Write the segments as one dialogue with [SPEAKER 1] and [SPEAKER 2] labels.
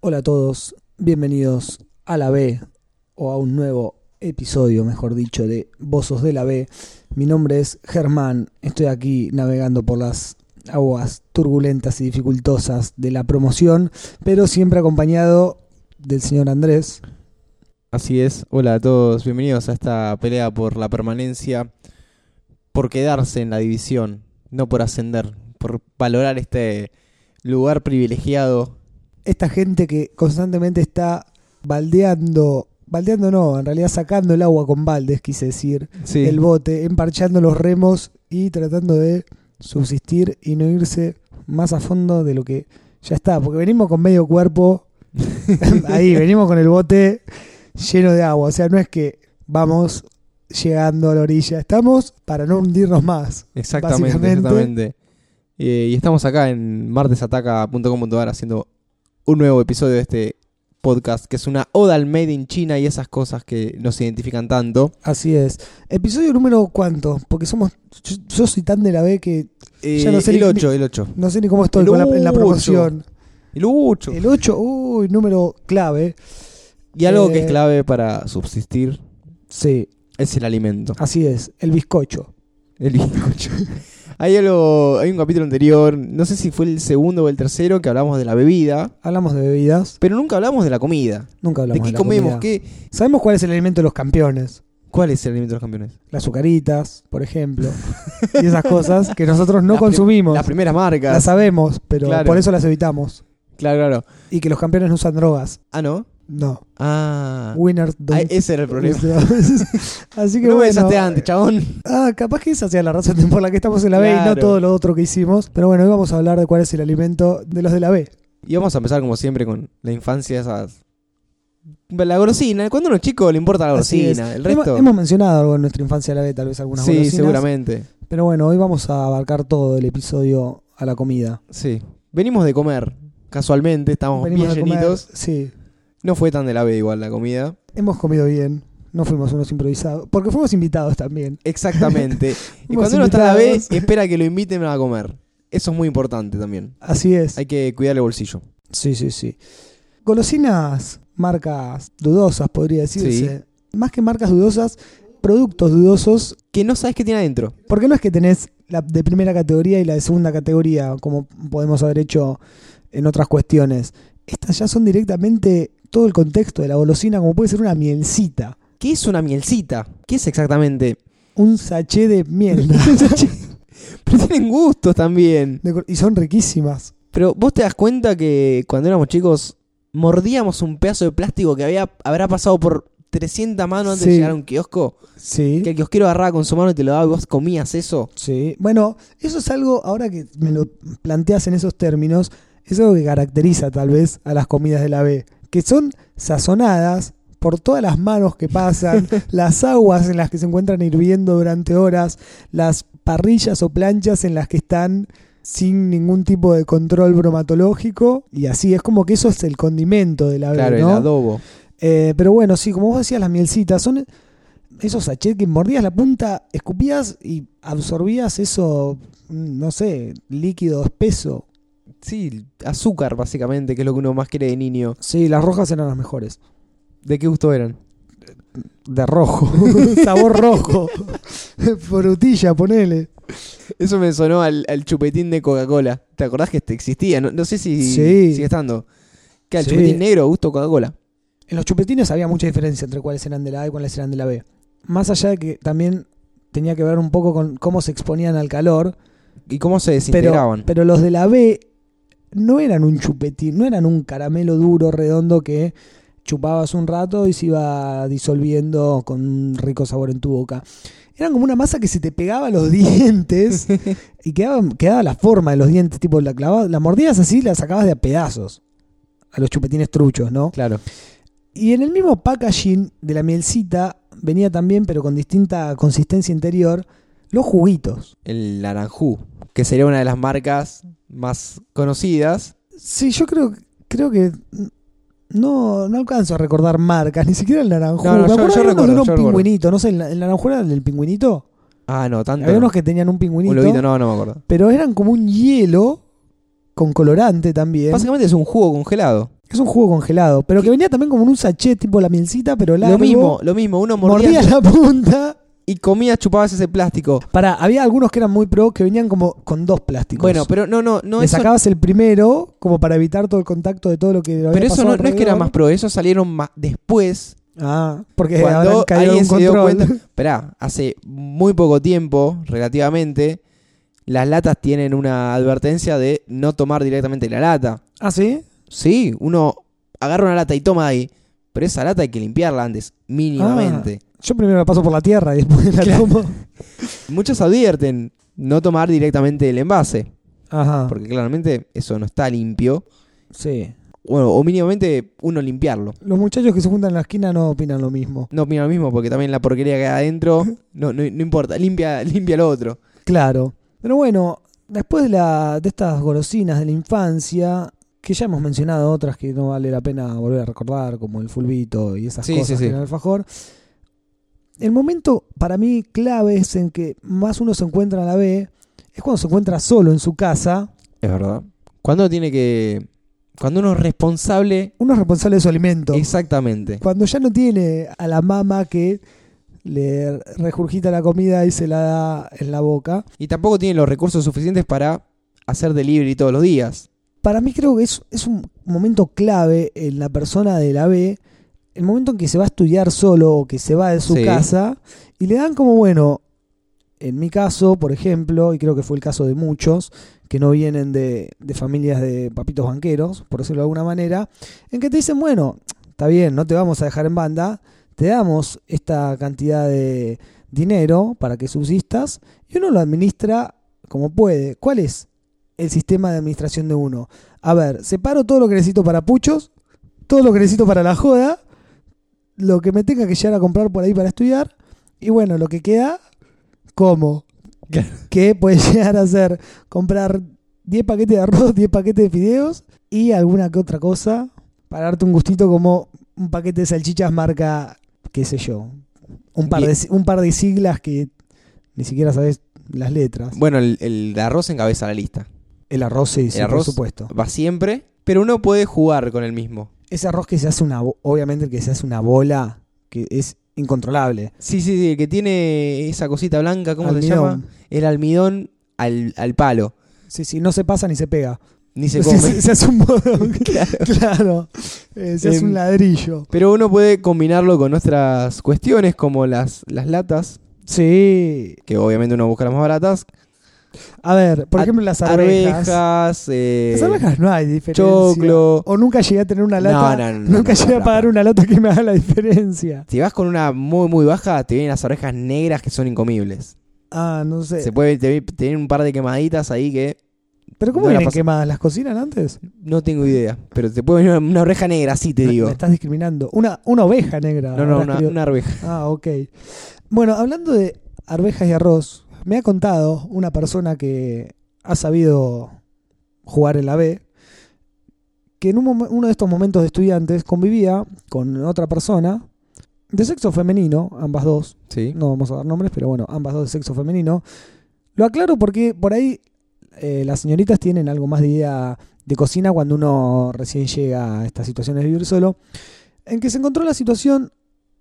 [SPEAKER 1] Hola a todos, bienvenidos a la B o a un nuevo episodio, mejor dicho, de Bozos de la B. Mi nombre es Germán, estoy aquí navegando por las aguas turbulentas y dificultosas de la promoción, pero siempre acompañado del señor Andrés.
[SPEAKER 2] Así es, hola a todos, bienvenidos a esta pelea por la permanencia, por quedarse en la división, no por ascender, por valorar este lugar privilegiado.
[SPEAKER 1] Esta gente que constantemente está baldeando, baldeando no, en realidad sacando el agua con baldes, quise decir,
[SPEAKER 2] Sí,
[SPEAKER 1] el bote, emparchando los remos y tratando de subsistir y no irse más a fondo de lo que ya está. Porque venimos con medio cuerpo, ahí, venimos con el bote lleno de agua. O sea, no es que vamos llegando a la orilla, estamos para no hundirnos más.
[SPEAKER 2] exactamente,
[SPEAKER 1] básicamente.
[SPEAKER 2] exactamente. Eh, y estamos acá en martesataca.com.ar haciendo un nuevo episodio de este podcast que es una oda al made in China y esas cosas que nos identifican tanto.
[SPEAKER 1] Así es. Episodio número cuánto, porque somos, yo, yo soy tan de la B que Ya
[SPEAKER 2] Eh,
[SPEAKER 1] no sé
[SPEAKER 2] el
[SPEAKER 1] ni-
[SPEAKER 2] 8, el 8.
[SPEAKER 1] no sé ni cómo estoy
[SPEAKER 2] El
[SPEAKER 1] con la- en la
[SPEAKER 2] ocho.
[SPEAKER 1] promoción.
[SPEAKER 2] El 8.
[SPEAKER 1] El 8, uy, número clave.
[SPEAKER 2] Y algo que
[SPEAKER 1] Eh,
[SPEAKER 2] es clave para subsistir
[SPEAKER 1] Sí,
[SPEAKER 2] es el alimento.
[SPEAKER 1] así es, el bizcocho.
[SPEAKER 2] El bizcocho. hay algo, hay un capítulo anterior, no sé si fue el segundo o el tercero, que hablamos de la bebida,
[SPEAKER 1] Hablamos de bebidas,
[SPEAKER 2] pero nunca hablamos de la comida.
[SPEAKER 1] nunca hablamos
[SPEAKER 2] ¿De
[SPEAKER 1] de,
[SPEAKER 2] qué
[SPEAKER 1] la
[SPEAKER 2] comemos?
[SPEAKER 1] comida.
[SPEAKER 2] ¿Qué,
[SPEAKER 1] Sabemos cuál es el alimento de los campeones,
[SPEAKER 2] ¿Cuál es el alimento de los campeones?
[SPEAKER 1] las azucaritas, por ejemplo, y esas cosas que nosotros no
[SPEAKER 2] Las prim-
[SPEAKER 1] consumimos.
[SPEAKER 2] Las primeras marcas.
[SPEAKER 1] Las sabemos, pero
[SPEAKER 2] Claro.
[SPEAKER 1] por eso las evitamos.
[SPEAKER 2] Claro, claro.
[SPEAKER 1] Y que los campeones no usan drogas.
[SPEAKER 2] Ah, ¿no?
[SPEAKER 1] No.
[SPEAKER 2] Ah.
[SPEAKER 1] Winners
[SPEAKER 2] Ah,
[SPEAKER 1] don't. Este,
[SPEAKER 2] ese era el problema.
[SPEAKER 1] Así que
[SPEAKER 2] No me
[SPEAKER 1] bueno.
[SPEAKER 2] besaste antes, chabón.
[SPEAKER 1] Ah, capaz que esa sea la razón por la que estamos en la B y no
[SPEAKER 2] Claro.
[SPEAKER 1] todo lo otro que hicimos. Pero bueno, hoy vamos a hablar de cuál es el alimento de los de la B.
[SPEAKER 2] Y vamos a empezar como siempre con la infancia, esas... La grosina. ¿Cuándo a unos chicos le importa la
[SPEAKER 1] Así es.
[SPEAKER 2] grosina? El resto...
[SPEAKER 1] Hemos, hemos mencionado algo en nuestra infancia de la B, tal vez algunas
[SPEAKER 2] sí,
[SPEAKER 1] golosinas.
[SPEAKER 2] seguramente.
[SPEAKER 1] Pero bueno, hoy vamos a abarcar todo el episodio a la comida.
[SPEAKER 2] Sí. Venimos de comer, casualmente, estamos
[SPEAKER 1] Venimos
[SPEAKER 2] bien
[SPEAKER 1] a comer,
[SPEAKER 2] llenitos.
[SPEAKER 1] Sí,
[SPEAKER 2] No fue tan de la B igual la comida.
[SPEAKER 1] hemos comido bien. No fuimos unos improvisados. Porque fuimos invitados también.
[SPEAKER 2] Exactamente. y
[SPEAKER 1] Fuimos
[SPEAKER 2] cuando uno está en la B,
[SPEAKER 1] invitados.
[SPEAKER 2] espera que lo inviten a comer. Eso es muy importante también.
[SPEAKER 1] Así es.
[SPEAKER 2] Hay que cuidar el bolsillo.
[SPEAKER 1] Sí, sí, sí. Golosinas, marcas dudosas, podría decirse. Más que marcas dudosas, productos dudosos.
[SPEAKER 2] Que no sabes qué tiene adentro.
[SPEAKER 1] Porque no es que tenés la de primera categoría y la de segunda categoría, como podemos haber hecho en otras cuestiones. Estas ya son directamente todo el contexto de la golosina, como puede ser una mielcita.
[SPEAKER 2] ¿Qué es una mielcita? ¿Qué es exactamente?
[SPEAKER 1] un sachet de miel.
[SPEAKER 2] Pero tienen gustos también.
[SPEAKER 1] De col- y son riquísimas.
[SPEAKER 2] Pero vos te das cuenta que cuando éramos chicos mordíamos un pedazo de plástico que había, habrá pasado por 300 manos antes de
[SPEAKER 1] Sí.
[SPEAKER 2] llegar a un kiosco.
[SPEAKER 1] Sí.
[SPEAKER 2] Que el kiosquero agarraba con su mano y te lo daba y vos comías eso.
[SPEAKER 1] Sí. Bueno, eso es algo, ahora que me lo planteas en esos términos, es algo que caracteriza tal vez a las comidas de la B, que son sazonadas por todas las manos que pasan, las aguas en las que se encuentran hirviendo durante horas, las parrillas o planchas en las que están sin ningún tipo de control bromatológico, y así es como que eso es el condimento de la B,
[SPEAKER 2] claro,
[SPEAKER 1] ¿no?
[SPEAKER 2] el adobo.
[SPEAKER 1] Eh, pero bueno, sí, como vos decías, las mielcitas son esos sachets que mordías la punta, escupías y absorbías eso, mm, no sé, líquido espeso.
[SPEAKER 2] Sí, azúcar básicamente, que es lo que uno más quiere de niño.
[SPEAKER 1] Sí, las rojas eran las mejores.
[SPEAKER 2] ¿De qué gusto eran?
[SPEAKER 1] De rojo, sabor rojo. Frutilla, ponele.
[SPEAKER 2] Eso me sonó al, al chupetín de Coca-Cola. ¿Te acordás que este existía? No, no sé si
[SPEAKER 1] Sí.
[SPEAKER 2] sigue estando. Que al
[SPEAKER 1] Sí.
[SPEAKER 2] chupetín negro, gusto Coca-Cola.
[SPEAKER 1] En los chupetines había mucha diferencia entre cuáles eran de la A y cuáles eran de la B. Más allá de que también tenía que ver un poco con cómo se exponían al calor,
[SPEAKER 2] ¿Y cómo se
[SPEAKER 1] pero,
[SPEAKER 2] desintegraban?
[SPEAKER 1] pero los de la B no eran un chupetín, no eran un caramelo duro, redondo que chupabas un rato y se iba disolviendo con un rico sabor en tu boca. Eran como una masa que se te pegaba a los dientes y quedaba, quedaba la forma de los dientes, tipo la clavabas, la mordías así y la sacabas de a pedazos a los chupetines truchos, ¿no?
[SPEAKER 2] claro.
[SPEAKER 1] Y en el mismo packaging de la mielcita venía también, pero con distinta consistencia interior, los juguitos.
[SPEAKER 2] El naranjú, que sería una de las marcas más conocidas.
[SPEAKER 1] Sí, yo creo, creo que no, no alcanzo a recordar marcas, ni siquiera el naranjú.
[SPEAKER 2] No, no,
[SPEAKER 1] Me
[SPEAKER 2] yo-
[SPEAKER 1] acuerdo
[SPEAKER 2] yo
[SPEAKER 1] de unos que
[SPEAKER 2] recuerdo, yo
[SPEAKER 1] era un
[SPEAKER 2] recuerdo.
[SPEAKER 1] pingüinito, no sé, el, el naranjú era el del pingüinito.
[SPEAKER 2] Ah, no, tanto.
[SPEAKER 1] Había
[SPEAKER 2] no.
[SPEAKER 1] unos que tenían un pingüinito,
[SPEAKER 2] Un lobito, no, no me acuerdo.
[SPEAKER 1] pero eran como un hielo con colorante también.
[SPEAKER 2] Básicamente es un jugo congelado.
[SPEAKER 1] Es un jugo congelado, pero que venía también como en un sachet, tipo la mielcita, pero largo.
[SPEAKER 2] Lo mismo, lo mismo. Uno mordía,
[SPEAKER 1] Mordía la punta.
[SPEAKER 2] y comías, chupabas ese plástico.
[SPEAKER 1] Pará, había algunos que eran muy pro que venían como con dos plásticos.
[SPEAKER 2] Bueno, pero no, no, no.
[SPEAKER 1] Le
[SPEAKER 2] eso-
[SPEAKER 1] sacabas el primero como para evitar todo el contacto de todo lo que había
[SPEAKER 2] pero eso
[SPEAKER 1] pasado
[SPEAKER 2] no, no es que era más pro, esos salieron más después.
[SPEAKER 1] alrededor. Ah, porque
[SPEAKER 2] Cuando
[SPEAKER 1] habrán caído
[SPEAKER 2] alguien
[SPEAKER 1] algún
[SPEAKER 2] se dio
[SPEAKER 1] control.
[SPEAKER 2] cuenta- Esperá, hace muy poco tiempo, relativamente, las latas tienen una advertencia de no tomar directamente la lata.
[SPEAKER 1] ¿Ah, sí?
[SPEAKER 2] Sí, uno agarra una lata y toma ahí, pero esa lata hay que limpiarla antes, mínimamente.
[SPEAKER 1] Yo primero la paso por la tierra y después la
[SPEAKER 2] Claro.
[SPEAKER 1] tomo.
[SPEAKER 2] Muchos advierten no tomar directamente el envase,
[SPEAKER 1] Ajá.
[SPEAKER 2] porque claramente eso no está limpio.
[SPEAKER 1] Sí.
[SPEAKER 2] Bueno, o mínimamente uno limpiarlo.
[SPEAKER 1] Los muchachos que se juntan en la esquina no opinan lo mismo.
[SPEAKER 2] No opino lo mismo porque también la porquería que hay adentro, no, no, no importa, limpia, limpia lo otro.
[SPEAKER 1] Claro. Pero bueno, después de, la, de estas golosinas de la infancia, que ya hemos mencionado otras que no vale la pena volver a recordar, como el fulbito y esas
[SPEAKER 2] Sí,
[SPEAKER 1] cosas
[SPEAKER 2] sí, sí.
[SPEAKER 1] que era el alfajor. El momento para mí clave es en que más uno se encuentra en la B, es cuando se encuentra solo en su casa.
[SPEAKER 2] Es verdad. Cuando tiene que. Cuando uno es responsable.
[SPEAKER 1] Uno es responsable de su alimento.
[SPEAKER 2] Exactamente.
[SPEAKER 1] Cuando ya no tiene a la mamá que le regurgita la comida y se la da en la boca.
[SPEAKER 2] Y tampoco tiene los recursos suficientes para hacer delivery todos los días.
[SPEAKER 1] Para mí creo que es, es un momento clave en la persona de la B, el momento en que se va a estudiar solo o que se va de su
[SPEAKER 2] Sí.
[SPEAKER 1] casa y le dan como, bueno, en mi caso, por ejemplo, y creo que fue el caso de muchos que no vienen de, de familias de papitos banqueros, por decirlo de alguna manera, en que te dicen, bueno, está bien, no te vamos a dejar en banda, te damos esta cantidad de dinero para que subsistas y uno lo administra como puede. ¿Cuál es el sistema de administración de uno? A ver, separo todo lo que necesito para puchos, todo lo que necesito para la joda, lo que me tenga que llegar a comprar por ahí para estudiar, y bueno, lo que queda, como.
[SPEAKER 2] Claro.
[SPEAKER 1] Que puede llegar a ser comprar 10 paquetes de arroz, 10 paquetes de fideos y alguna que otra cosa para darte un gustito como un paquete de salchichas marca, qué sé yo, un par, de, un par de siglas que ni siquiera sabes las letras.
[SPEAKER 2] Bueno, el, el arroz encabeza la lista.
[SPEAKER 1] El arroz, sí, sí,
[SPEAKER 2] El
[SPEAKER 1] por
[SPEAKER 2] arroz.
[SPEAKER 1] supuesto.
[SPEAKER 2] Va siempre, pero uno puede jugar con el mismo.
[SPEAKER 1] Ese arroz que se hace una, bo- obviamente el que se hace una bola, que es incontrolable.
[SPEAKER 2] Sí, sí, sí. El que tiene esa cosita blanca, ¿cómo se
[SPEAKER 1] Almidón.
[SPEAKER 2] llama? El almidón al, al palo.
[SPEAKER 1] Sí, sí, no se pasa ni se pega.
[SPEAKER 2] Ni se
[SPEAKER 1] Sí,
[SPEAKER 2] come.
[SPEAKER 1] sí, se hace un bodón,
[SPEAKER 2] Claro.
[SPEAKER 1] claro. Eh, se hace
[SPEAKER 2] Em,
[SPEAKER 1] un ladrillo.
[SPEAKER 2] Pero uno puede combinarlo con otras cuestiones como las, las latas,
[SPEAKER 1] Sí.
[SPEAKER 2] que obviamente uno busca las más baratas.
[SPEAKER 1] A ver, por
[SPEAKER 2] A-
[SPEAKER 1] ejemplo, las arvejas.
[SPEAKER 2] Arvejas, eh,
[SPEAKER 1] Las arvejas no hay diferencia.
[SPEAKER 2] choclo.
[SPEAKER 1] O nunca llegué a tener una lata.
[SPEAKER 2] No, no, no,
[SPEAKER 1] nunca
[SPEAKER 2] no,
[SPEAKER 1] llegué
[SPEAKER 2] no,
[SPEAKER 1] a pagar
[SPEAKER 2] no.
[SPEAKER 1] una lata que me haga la diferencia.
[SPEAKER 2] Si vas con una muy muy baja, te vienen las orejas negras que son incomibles.
[SPEAKER 1] Ah, no sé.
[SPEAKER 2] Se puede te- te vienen un par de quemaditas ahí que
[SPEAKER 1] ¿Pero cómo
[SPEAKER 2] no la
[SPEAKER 1] vienen
[SPEAKER 2] pasa-
[SPEAKER 1] quemadas? ¿Las cocinan antes?
[SPEAKER 2] no tengo idea, pero te puede venir una, una oreja negra, sí te
[SPEAKER 1] Me-
[SPEAKER 2] digo.
[SPEAKER 1] Me estás discriminando. Una, una oveja negra.
[SPEAKER 2] No, no,
[SPEAKER 1] habrás
[SPEAKER 2] una,
[SPEAKER 1] querido-
[SPEAKER 2] una arveja.
[SPEAKER 1] Ah, ok. Bueno, hablando de arvejas y arroz, me ha contado una persona que ha sabido jugar en la B, que en un mom- uno de estos momentos de estudiantes convivía con otra persona de sexo femenino, ambas dos,
[SPEAKER 2] Sí.
[SPEAKER 1] no vamos a dar nombres, pero bueno, ambas dos de sexo femenino. Lo aclaro porque por ahí eh, las señoritas tienen algo más de idea de cocina cuando uno recién llega a estas situaciones de vivir solo, en que se encontró la situación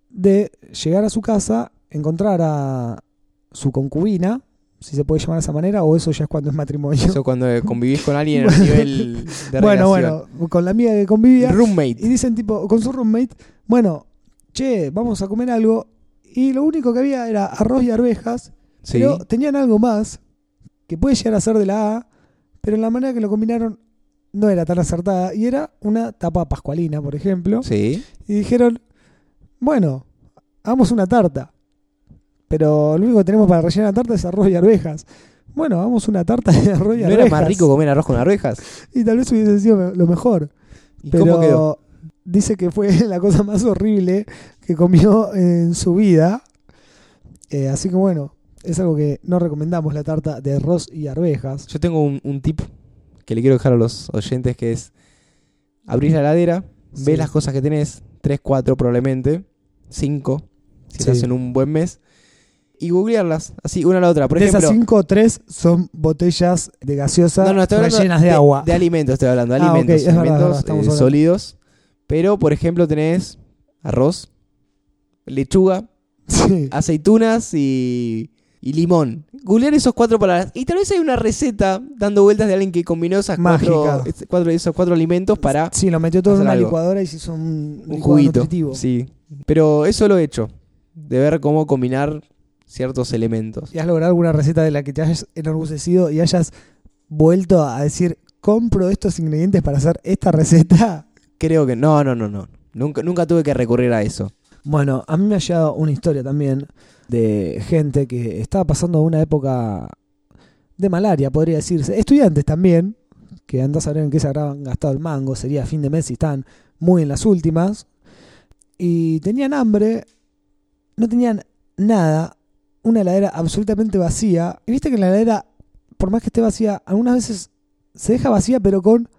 [SPEAKER 1] de llegar a su casa, encontrar a su concubina, si se puede llamar de esa manera, o eso ya es cuando es matrimonio.
[SPEAKER 2] Eso cuando eh, convivís con alguien a
[SPEAKER 1] Bueno.
[SPEAKER 2] nivel de
[SPEAKER 1] bueno,
[SPEAKER 2] relación.
[SPEAKER 1] bueno, con la amiga que convivía, y
[SPEAKER 2] Roommate.
[SPEAKER 1] dicen tipo, con su roommate, bueno, che, vamos a comer algo, y lo único que había era arroz y arvejas,
[SPEAKER 2] Sí.
[SPEAKER 1] pero tenían algo más que puede llegar a ser de la A, pero la manera que lo combinaron no era tan acertada y era una tapa pascualina, por ejemplo.
[SPEAKER 2] Sí.
[SPEAKER 1] Y dijeron, bueno, hagamos una tarta, pero lo único que tenemos para rellenar la tarta es arroz y arvejas. Bueno, hagamos una tarta de arroz y
[SPEAKER 2] ¿No
[SPEAKER 1] arvejas.
[SPEAKER 2] era más rico comer arroz con arvejas?
[SPEAKER 1] Y tal vez hubiese sido me- lo mejor.
[SPEAKER 2] ¿Y
[SPEAKER 1] Pero
[SPEAKER 2] cómo quedó?
[SPEAKER 1] dice que fue la cosa más horrible que comió en su vida. Eh, así que bueno, es algo que no recomendamos, la tarta de arroz y arvejas.
[SPEAKER 2] Yo tengo un, un tip que le quiero dejar a los oyentes que es abrís la heladera,
[SPEAKER 1] Sí.
[SPEAKER 2] ves las cosas que tenés, 3, 4 probablemente, 5, si
[SPEAKER 1] Sí.
[SPEAKER 2] estás en un buen mes, y googlearlas, así una a la otra. Por
[SPEAKER 1] de
[SPEAKER 2] ejemplo,
[SPEAKER 1] esas cinco, tres son botellas de gaseosa
[SPEAKER 2] no, no, estoy hablando
[SPEAKER 1] rellenas de, agua.
[SPEAKER 2] De alimentos estoy hablando,
[SPEAKER 1] Ah,
[SPEAKER 2] alimentos,
[SPEAKER 1] ok, es verdad,
[SPEAKER 2] alimentos
[SPEAKER 1] verdad, estamos
[SPEAKER 2] eh,
[SPEAKER 1] hablando.
[SPEAKER 2] sólidos. Pero, por ejemplo, tenés arroz, lechuga,
[SPEAKER 1] Sí.
[SPEAKER 2] Ah, aceitunas y, y limón. Googlear esos cuatro palabras. Y tal vez hay una receta dando vueltas de alguien que combinó esas cuatro,
[SPEAKER 1] Mágica.
[SPEAKER 2] es- cuatro- esos cuatro alimentos para
[SPEAKER 1] Sí, lo metió todo en
[SPEAKER 2] hacer
[SPEAKER 1] una
[SPEAKER 2] algo.
[SPEAKER 1] licuadora y se hizo un,
[SPEAKER 2] un
[SPEAKER 1] licuado
[SPEAKER 2] juguito.
[SPEAKER 1] nutritivo.
[SPEAKER 2] Sí. Pero eso lo he hecho. De ver cómo combinar ciertos elementos.
[SPEAKER 1] ¿Y has logrado alguna receta de la que te hayas enorgullecido y hayas vuelto a decir, compro estos ingredientes para hacer esta receta?
[SPEAKER 2] Creo que. No, no, no, no. Nunca, nunca tuve que recurrir a eso.
[SPEAKER 1] Bueno, a mí me ha llegado una historia también de gente que estaba pasando una época de malaria, podría decirse. Estudiantes también, que andas a ver en qué se habrán gastado el mango, sería fin de mes y están muy en las últimas. Y tenían hambre, no tenían nada, una heladera absolutamente vacía. Y viste que la heladera, por más que esté vacía, algunas veces se deja vacía, pero con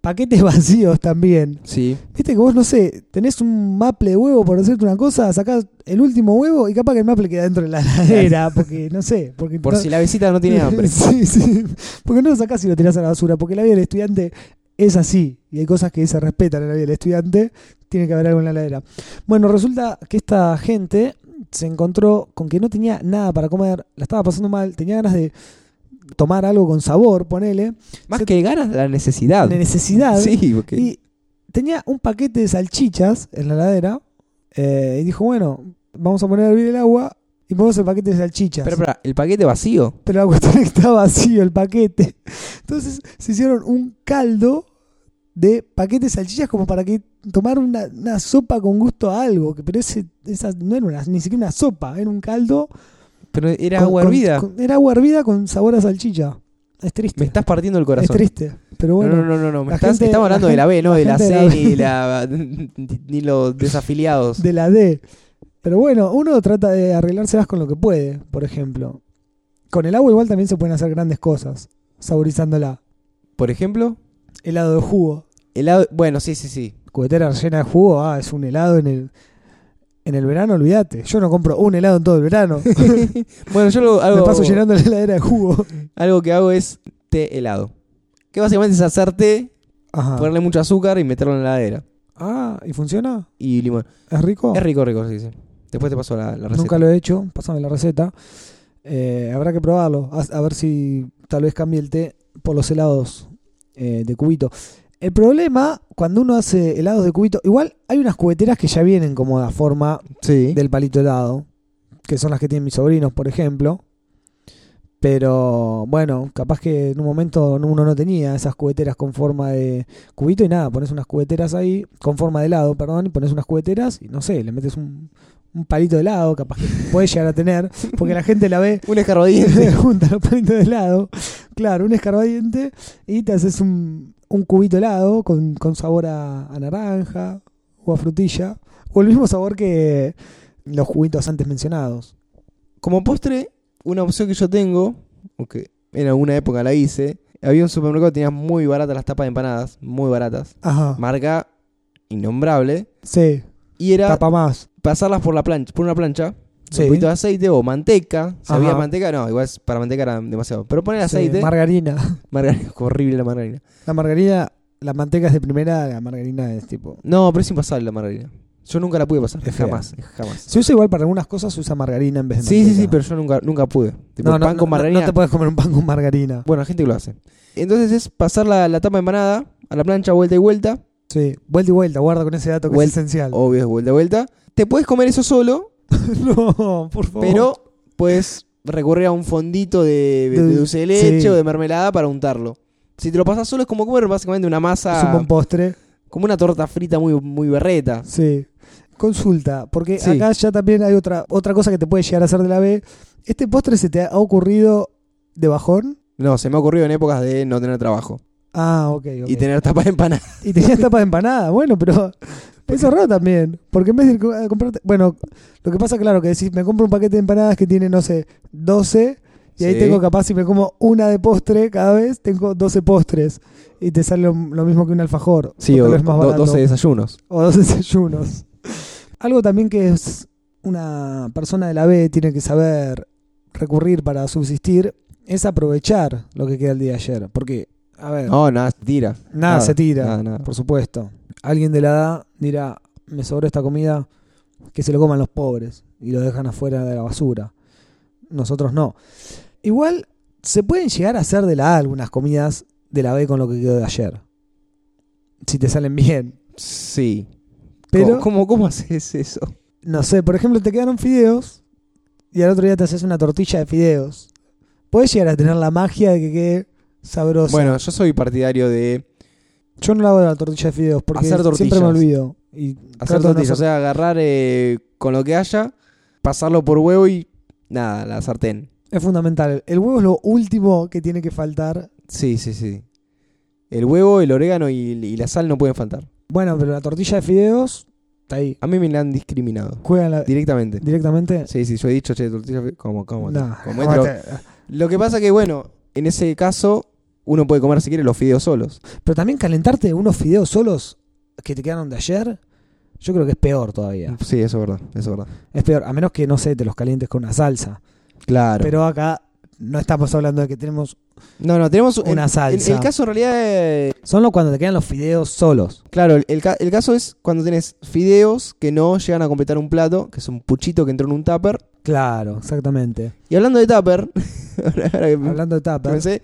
[SPEAKER 1] paquetes vacíos también.
[SPEAKER 2] Sí.
[SPEAKER 1] Viste que vos, no sé, tenés un maple de huevo, por decirte una cosa, sacás el último huevo y capaz que el maple queda dentro de la heladera, porque no sé. Porque
[SPEAKER 2] Por
[SPEAKER 1] no-
[SPEAKER 2] si la visita no tiene hambre.
[SPEAKER 1] sí, sí. Porque no lo sacás y lo tirás a la basura, porque la vida del estudiante es así, y hay cosas que se respetan en la vida del estudiante, tiene que haber algo en la heladera. Bueno, resulta que esta gente se encontró con que no tenía nada para comer, la estaba pasando mal, tenía ganas de tomar algo con sabor, ponele,
[SPEAKER 2] Más que ganas, la necesidad.
[SPEAKER 1] de necesidad.
[SPEAKER 2] Sí, porque.
[SPEAKER 1] Y tenía un paquete de salchichas en la heladera. eh, y dijo, bueno, vamos a poner a hervir el agua y ponemos el paquete de salchichas.
[SPEAKER 2] Pero, espera, el paquete vacío.
[SPEAKER 1] Pero la cuestión es que estaba vacío el paquete. Entonces se hicieron un caldo de paquetes de salchichas como para que tomar una, una sopa con gusto a algo. que- Pero ese, esa no era una- ni siquiera una sopa, era un caldo.
[SPEAKER 2] Pero era
[SPEAKER 1] con-
[SPEAKER 2] agua
[SPEAKER 1] con-
[SPEAKER 2] hervida.
[SPEAKER 1] con- era agua hervida con sabor a salchicha. Es triste.
[SPEAKER 2] Me estás partiendo el
[SPEAKER 1] es
[SPEAKER 2] corazón.
[SPEAKER 1] triste. Pero bueno.
[SPEAKER 2] no, no, no, no, no, Me
[SPEAKER 1] la
[SPEAKER 2] estás,
[SPEAKER 1] gente-
[SPEAKER 2] estamos hablando
[SPEAKER 1] la
[SPEAKER 2] de la B, no de la
[SPEAKER 1] gente
[SPEAKER 2] C,
[SPEAKER 1] de la
[SPEAKER 2] ni, la, ni los desafiliados.
[SPEAKER 1] de la D. Pero bueno, uno trata de arreglárselas con lo que puede, por ejemplo. Con el agua igual también se pueden hacer grandes cosas, saborizándola.
[SPEAKER 2] Por ejemplo,
[SPEAKER 1] Helado de jugo.
[SPEAKER 2] helado. Bueno, sí, sí, sí.
[SPEAKER 1] Cubetera llena de jugo, ah, es un helado en el en el verano, olvídate. Yo no compro un helado en todo el verano.
[SPEAKER 2] Bueno, yo lo,
[SPEAKER 1] Me
[SPEAKER 2] algo,
[SPEAKER 1] paso llenando la heladera de jugo.
[SPEAKER 2] algo que hago es té helado. Que básicamente es hacer té,
[SPEAKER 1] Ajá.
[SPEAKER 2] ponerle mucho azúcar y meterlo en la heladera.
[SPEAKER 1] Ah, ¿y funciona?
[SPEAKER 2] Y limón.
[SPEAKER 1] ¿Es rico?
[SPEAKER 2] Es rico, rico, sí, sí. Después te paso la, la receta.
[SPEAKER 1] Oh. Nunca lo he hecho, pásame la receta. Eh, habrá que probarlo, a, a ver si tal vez cambie el té por los helados eh, de cubito. El problema, cuando uno hace helados de cubito, igual hay unas cubeteras que ya vienen como la forma
[SPEAKER 2] Sí.
[SPEAKER 1] del palito helado, que son las que tienen mis sobrinos, por ejemplo. Pero bueno, capaz que en un momento uno no tenía esas cubeteras con forma de cubito y nada, pones unas cubeteras ahí, con forma de helado, perdón, y pones unas cubeteras y no sé, le metes un, un palito de helado, capaz que puedes llegar a tener, porque la gente la ve
[SPEAKER 2] Un escarrodiente.
[SPEAKER 1] junta los palitos de helado, claro, un escarbadiente y te haces un, un cubito helado con, con sabor a, a naranja o a frutilla, o el mismo sabor que los juguitos antes mencionados.
[SPEAKER 2] Como postre, una opción que yo tengo, aunque en alguna época la hice, había un supermercado que tenía muy baratas las tapas de empanadas, muy baratas.
[SPEAKER 1] Ajá,
[SPEAKER 2] Marca innombrable.
[SPEAKER 1] sí,
[SPEAKER 2] Y era
[SPEAKER 1] tapa más.
[SPEAKER 2] pasarlas por la plancha, por una plancha,
[SPEAKER 1] Sí.
[SPEAKER 2] un poquito de aceite o manteca. Si
[SPEAKER 1] Ajá.
[SPEAKER 2] había manteca, no, igual es- para manteca era demasiado. Pero poner
[SPEAKER 1] Sí,
[SPEAKER 2] aceite,
[SPEAKER 1] margarina.
[SPEAKER 2] margarina, horrible la margarina.
[SPEAKER 1] La margarina, la manteca es de primera, la margarina es tipo...
[SPEAKER 2] No, pero es impasable la margarina. Yo nunca la pude pasar,
[SPEAKER 1] Es fea.
[SPEAKER 2] jamás, jamás.
[SPEAKER 1] Se usa igual para algunas cosas, se usa margarina en vez de
[SPEAKER 2] Sí, sí,
[SPEAKER 1] manteca.
[SPEAKER 2] sí, pero yo nunca, nunca pude. Tipo,
[SPEAKER 1] No, no,
[SPEAKER 2] pan
[SPEAKER 1] no,
[SPEAKER 2] con margarina.
[SPEAKER 1] no te puedes comer un pan con margarina.
[SPEAKER 2] Bueno, hay gente que lo hace. Entonces es pasar la, la tapa de empanada a la plancha, vuelta y vuelta.
[SPEAKER 1] Sí, vuelta y vuelta, guarda con ese dato que
[SPEAKER 2] Vuel-
[SPEAKER 1] es esencial.
[SPEAKER 2] Obvio, es vuelta y vuelta. Te puedes comer eso solo,
[SPEAKER 1] no, por favor.
[SPEAKER 2] pero puedes recurrir a un fondito de, de
[SPEAKER 1] De-
[SPEAKER 2] dulce de leche
[SPEAKER 1] sí.
[SPEAKER 2] o de mermelada para untarlo. Si te lo pasas solo es como comer básicamente una
[SPEAKER 1] es un
[SPEAKER 2] masa,
[SPEAKER 1] buen postre.
[SPEAKER 2] como una torta frita muy, muy berreta.
[SPEAKER 1] Sí. Consulta, porque
[SPEAKER 2] Sí.
[SPEAKER 1] acá ya también hay otra, otra cosa que te puede llegar a hacer de la B. ¿Este postre se te ha ocurrido de bajón?
[SPEAKER 2] No, se me ha ocurrido en épocas de no tener trabajo
[SPEAKER 1] Ah, ok. ok.
[SPEAKER 2] y tener tapa de empanada.
[SPEAKER 1] Y tenías tapa de empanada. Bueno, pero eso es raro también. Porque en vez de ir co- a comprarte. Bueno, lo que pasa, claro, que decís, me compro un paquete de empanadas que tiene, no sé, 12. Y ahí
[SPEAKER 2] Sí.
[SPEAKER 1] tengo capaz, si me como una de postre cada vez, tengo 12 postres. Y te sale lo, lo mismo que un alfajor.
[SPEAKER 2] Sí, o
[SPEAKER 1] tal vez más
[SPEAKER 2] do-
[SPEAKER 1] barato.
[SPEAKER 2] 12 desayunos.
[SPEAKER 1] o dos desayunos. Algo también que es una persona de la B tiene que saber recurrir para subsistir es aprovechar lo que queda el día de ayer. Porque, a ver,
[SPEAKER 2] No, nada, se tira.
[SPEAKER 1] nada, se tira,
[SPEAKER 2] Nada, nada.
[SPEAKER 1] por supuesto. alguien de la edad dirá, me sobró esta comida, que se lo coman los pobres y lo dejan afuera de la basura. Nosotros no. Igual se pueden llegar a hacer de la A algunas comidas de la B con lo que quedó de ayer. Si te salen bien.
[SPEAKER 2] Sí.
[SPEAKER 1] Pero,
[SPEAKER 2] ¿Cómo, cómo, cómo haces eso?
[SPEAKER 1] no sé, por ejemplo, te quedaron fideos y al otro día te haces una tortilla de fideos. Puedes llegar a tener la magia de que quede sabrosa.
[SPEAKER 2] bueno, yo soy partidario de
[SPEAKER 1] Yo no la hago de la tortilla de fideos porque
[SPEAKER 2] Hacer
[SPEAKER 1] siempre
[SPEAKER 2] tortillas.
[SPEAKER 1] me olvido. Y
[SPEAKER 2] hacer
[SPEAKER 1] trato de no
[SPEAKER 2] tortillas. O sea, agarrar eh, con lo que haya, pasarlo por huevo y nada, la sartén.
[SPEAKER 1] Es fundamental. El huevo es lo último que tiene que faltar.
[SPEAKER 2] Sí, sí, sí. El huevo, el orégano y, y la sal no pueden faltar.
[SPEAKER 1] Bueno, pero la tortilla de fideos está ahí.
[SPEAKER 2] A mí me la han discriminado.
[SPEAKER 1] Juegan la-
[SPEAKER 2] Directamente.
[SPEAKER 1] directamente.
[SPEAKER 2] Sí, sí, yo he dicho, che, tortilla, como, como,
[SPEAKER 1] No,
[SPEAKER 2] como entro-
[SPEAKER 1] ah?
[SPEAKER 2] Lo que pasa que, bueno, en ese caso, uno puede comer si quiere los fideos solos.
[SPEAKER 1] Pero también calentarte unos fideos solos que te quedaron de ayer, yo creo que es peor todavía.
[SPEAKER 2] Sí, eso es verdad, eso es verdad.
[SPEAKER 1] Es peor, a menos que, no sé, te los calientes con una salsa.
[SPEAKER 2] Claro.
[SPEAKER 1] Pero acá no estamos hablando de que tenemos...
[SPEAKER 2] no, no, tenemos
[SPEAKER 1] Una
[SPEAKER 2] el-
[SPEAKER 1] salsa.
[SPEAKER 2] El, el caso en realidad, eh,
[SPEAKER 1] Solo cuando te quedan los fideos solos.
[SPEAKER 2] claro, el, el ca- el caso es cuando tenés fideos que no llegan a completar un plato, que es un puchito que entró en un tupper.
[SPEAKER 1] Claro, exactamente.
[SPEAKER 2] Y hablando de tupper, ahora- ahora que
[SPEAKER 1] Hablando de tapa.
[SPEAKER 2] pensé,